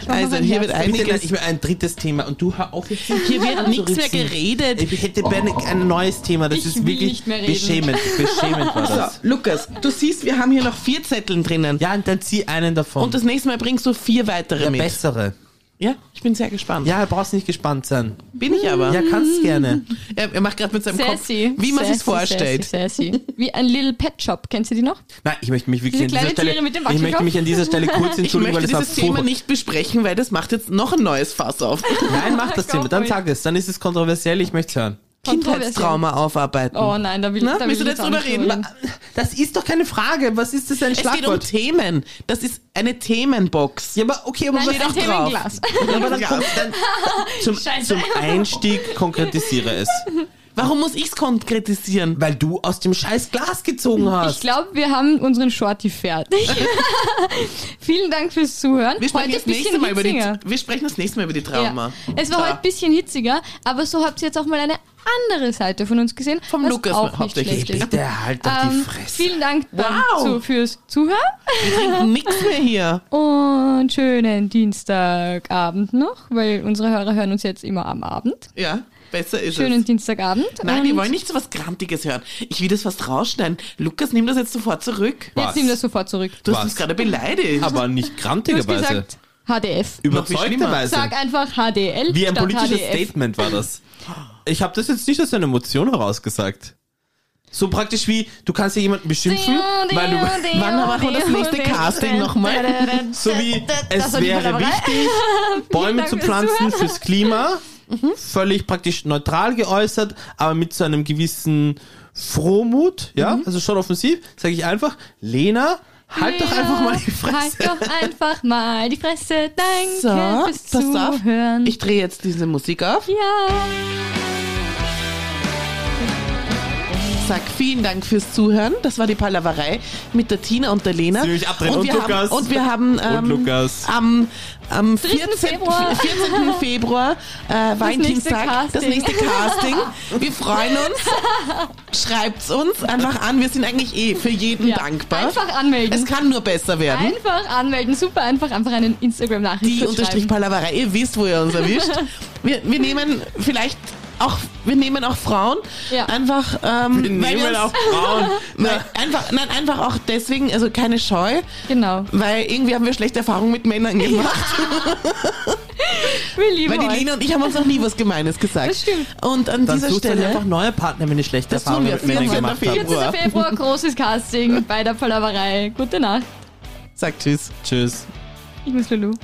[SPEAKER 2] Ich mach
[SPEAKER 1] Also,
[SPEAKER 2] noch ein
[SPEAKER 1] hier wird
[SPEAKER 2] Herz.
[SPEAKER 1] ein-
[SPEAKER 3] Bitte,
[SPEAKER 1] Einiges-
[SPEAKER 3] ich will ein drittes Thema und du hör auf jetzt
[SPEAKER 1] Hier wird
[SPEAKER 3] Also
[SPEAKER 1] nichts mehr
[SPEAKER 3] Ritzen.
[SPEAKER 1] geredet.
[SPEAKER 3] Ich hätte gerne ein neues Thema, das
[SPEAKER 2] Ich
[SPEAKER 3] ist
[SPEAKER 2] will
[SPEAKER 3] wirklich
[SPEAKER 2] nicht mehr reden.
[SPEAKER 3] beschämend. Beschämend war
[SPEAKER 1] So,
[SPEAKER 3] das.
[SPEAKER 1] Lukas, du siehst, wir haben hier noch vier Zetteln drinnen.
[SPEAKER 3] Ja, und dann zieh einen davon.
[SPEAKER 1] Und das nächste Mal bringst du vier weitere
[SPEAKER 3] der
[SPEAKER 1] mit.
[SPEAKER 3] bessere.
[SPEAKER 1] Ja, ich bin sehr gespannt.
[SPEAKER 3] Ja, brauchst nicht gespannt sein.
[SPEAKER 1] Bin ich aber.
[SPEAKER 3] Ja, kannst
[SPEAKER 2] Mm.
[SPEAKER 3] gerne.
[SPEAKER 1] Er, er macht gerade mit seinem
[SPEAKER 2] Sassy.
[SPEAKER 1] Kopf, wie man
[SPEAKER 2] Sassy,
[SPEAKER 1] sich vorstellt. Hm.
[SPEAKER 2] Sassy, sassy. Wie ein Little Pet Shop. Kennst du die noch?
[SPEAKER 3] Nein, ich möchte mich wirklich
[SPEAKER 2] Diese
[SPEAKER 3] an dieser
[SPEAKER 2] kleinen
[SPEAKER 3] Stelle,
[SPEAKER 2] Tiere mit dem
[SPEAKER 3] ich möchte
[SPEAKER 2] Wackelkopf?
[SPEAKER 3] mich an dieser Stelle
[SPEAKER 2] [laughs]
[SPEAKER 3] kurz
[SPEAKER 1] Ich
[SPEAKER 3] entschuldigen,
[SPEAKER 1] möchte
[SPEAKER 3] weil das war
[SPEAKER 1] dieses Thema
[SPEAKER 3] furchtbar.
[SPEAKER 1] nicht besprechen, weil das macht jetzt noch ein neues Fass [laughs] auf.
[SPEAKER 3] Nein, mach das
[SPEAKER 2] Oh
[SPEAKER 3] Thema, dann
[SPEAKER 2] Gott.
[SPEAKER 3] sag es, dann ist es kontroversiell, ich möchte hören.
[SPEAKER 1] Kindheitstrauma aufarbeiten.
[SPEAKER 2] Oh nein, da will,
[SPEAKER 1] Na,
[SPEAKER 2] da will
[SPEAKER 1] willst du
[SPEAKER 2] ich
[SPEAKER 1] jetzt
[SPEAKER 2] auch
[SPEAKER 1] drüber
[SPEAKER 2] nicht
[SPEAKER 1] reden?
[SPEAKER 3] Das ist doch keine Frage, was ist das denn
[SPEAKER 1] Es geht um
[SPEAKER 3] Schlagwort?
[SPEAKER 1] Themen. Das ist eine Themenbox.
[SPEAKER 3] Ja, aber okay, aber
[SPEAKER 2] Nein,
[SPEAKER 3] was
[SPEAKER 2] steht ein
[SPEAKER 1] doch drauf.
[SPEAKER 2] Themenglas. [laughs]
[SPEAKER 3] aber dann kommt dann zum,
[SPEAKER 2] Scheiße.
[SPEAKER 3] zum Einstieg konkretisiere es,
[SPEAKER 1] Warum muss ich's konkretisieren?
[SPEAKER 3] weil du aus dem scheiß Glas gezogen hast.
[SPEAKER 2] Ich glaube, wir haben unseren
[SPEAKER 1] [laughs]
[SPEAKER 2] Shorty fertig. Vielen Dank fürs Zuhören.
[SPEAKER 1] Wir sprechen,
[SPEAKER 2] heute
[SPEAKER 1] das
[SPEAKER 2] ein bisschen
[SPEAKER 1] nächste Mal über die,
[SPEAKER 2] hitziger.
[SPEAKER 1] wir sprechen das nächste Mal über die Trauma.
[SPEAKER 2] Ja. Es war
[SPEAKER 1] So.
[SPEAKER 2] heute ein bisschen hitziger, aber so habt ihr jetzt auch mal eine andere Seite von uns gesehen.
[SPEAKER 1] Vom
[SPEAKER 2] was
[SPEAKER 1] Lukas
[SPEAKER 2] auch nicht
[SPEAKER 1] hauptsächlich.
[SPEAKER 2] schlecht ist.
[SPEAKER 3] Bitte halt doch die
[SPEAKER 2] Ähm,
[SPEAKER 3] Fresse.
[SPEAKER 2] vielen Dank dann
[SPEAKER 1] Wow.
[SPEAKER 2] zu, fürs Zuhören
[SPEAKER 1] Wir
[SPEAKER 2] [laughs]
[SPEAKER 1] trinken nichts mehr hier.
[SPEAKER 2] und schönen Dienstagabend noch, weil unsere Hörer hören uns jetzt immer am Abend.
[SPEAKER 1] Ja, besser ist
[SPEAKER 2] Schönen
[SPEAKER 1] es.
[SPEAKER 2] Dienstagabend.
[SPEAKER 1] Nein,
[SPEAKER 2] und
[SPEAKER 1] die wollen nicht so was Grantiges hören. Ich will das fast rausschneiden. Lukas, nimm das jetzt sofort zurück.
[SPEAKER 2] Jetzt
[SPEAKER 3] Was?
[SPEAKER 2] nehmen wir das sofort zurück.
[SPEAKER 1] Du
[SPEAKER 3] Was?
[SPEAKER 1] hast uns gerade beleidigt.
[SPEAKER 3] aber nicht
[SPEAKER 2] Du hast
[SPEAKER 3] grantigerweise.
[SPEAKER 2] gesagt HDF.
[SPEAKER 3] Überzeugterweise.
[SPEAKER 2] Sag einfach HDL
[SPEAKER 3] Wie ein
[SPEAKER 2] statt
[SPEAKER 3] politisches
[SPEAKER 2] HDF.
[SPEAKER 3] Statement
[SPEAKER 2] [laughs]
[SPEAKER 3] war das. Ich habe das jetzt nicht aus einer Emotion herausgesagt. So praktisch wie, du kannst ja jemanden beschimpfen, weil du, [laughs]
[SPEAKER 1] Wann machen wir das nächste Casting nochmal?
[SPEAKER 3] so wie, es
[SPEAKER 2] war die
[SPEAKER 3] wäre
[SPEAKER 2] Palaverei.
[SPEAKER 1] [laughs]
[SPEAKER 3] wichtig, Bäume
[SPEAKER 2] Dank
[SPEAKER 3] zu
[SPEAKER 2] fürs
[SPEAKER 3] pflanzen
[SPEAKER 2] Zuhören.
[SPEAKER 3] fürs Klima.
[SPEAKER 1] Mhm.
[SPEAKER 3] Völlig praktisch neutral geäußert, aber mit so einem gewissen Frohmut, ja,
[SPEAKER 1] Mhm.
[SPEAKER 3] also schon offensiv, sage ich einfach, Lena, halt doch einfach mal die Fresse.
[SPEAKER 2] Halt doch einfach mal die Fresse. Danke
[SPEAKER 1] So,
[SPEAKER 2] fürs
[SPEAKER 1] pass auf.
[SPEAKER 2] Zuhören.
[SPEAKER 1] Ich drehe jetzt diese Musik auf.
[SPEAKER 2] ja.
[SPEAKER 1] Sag vielen Dank fürs Zuhören. Das war die Palaverei mit der Tina und der Lena.
[SPEAKER 3] Sie will mich abdrehen.
[SPEAKER 1] und
[SPEAKER 3] Und
[SPEAKER 1] wir Haben,
[SPEAKER 3] Lukas.
[SPEAKER 1] und wir haben ähm,
[SPEAKER 3] Lukas.
[SPEAKER 1] am, am
[SPEAKER 2] 3.
[SPEAKER 1] 14. [laughs]
[SPEAKER 2] Februar.
[SPEAKER 1] 14. Februar äh, Valentinstag
[SPEAKER 2] nächste
[SPEAKER 1] das nächste
[SPEAKER 2] [laughs]
[SPEAKER 1] Casting. Wir freuen uns. Schreibt's uns einfach an. Wir sind eigentlich eh für jeden
[SPEAKER 2] ja.
[SPEAKER 1] dankbar.
[SPEAKER 2] Einfach anmelden.
[SPEAKER 1] Es kann nur besser werden.
[SPEAKER 2] einfach anmelden. Super einfach. Einfach einen Instagram-Nachricht
[SPEAKER 1] die
[SPEAKER 2] kurz
[SPEAKER 1] unterstrich
[SPEAKER 2] schreiben.
[SPEAKER 1] Palaverei. Ihr wisst, wo ihr uns erwischt. Wir, wir nehmen vielleicht auch, wir nehmen auch Frauen.
[SPEAKER 2] Ja.
[SPEAKER 1] Einfach, ähm, weil wir uns- [laughs]
[SPEAKER 3] Frauen.
[SPEAKER 1] Nein, einfach, nein, einfach auch deswegen, also keine Scheu,
[SPEAKER 2] Genau.
[SPEAKER 1] weil irgendwie haben wir schlechte Erfahrungen mit Männern gemacht.
[SPEAKER 2] Wir lieben
[SPEAKER 1] weil die
[SPEAKER 2] euch.
[SPEAKER 1] Lena und ich haben uns noch nie was Gemeines gesagt.
[SPEAKER 2] Das stimmt.
[SPEAKER 1] Und an
[SPEAKER 3] Dann
[SPEAKER 1] dieser
[SPEAKER 3] suchst du dir einfach
[SPEAKER 1] Stelle.
[SPEAKER 3] neue Partner, wenn ich schlechte
[SPEAKER 1] Das tun
[SPEAKER 3] Erfahrungen
[SPEAKER 1] wir.
[SPEAKER 3] mit Männern
[SPEAKER 1] 14.
[SPEAKER 3] gemacht habe.
[SPEAKER 1] Februar.
[SPEAKER 2] 14. Februar, großes Casting bei der Palaverei. Gute Nacht.
[SPEAKER 1] Sag Tschüss.
[SPEAKER 3] Tschüss.
[SPEAKER 2] Ich muss Lulu.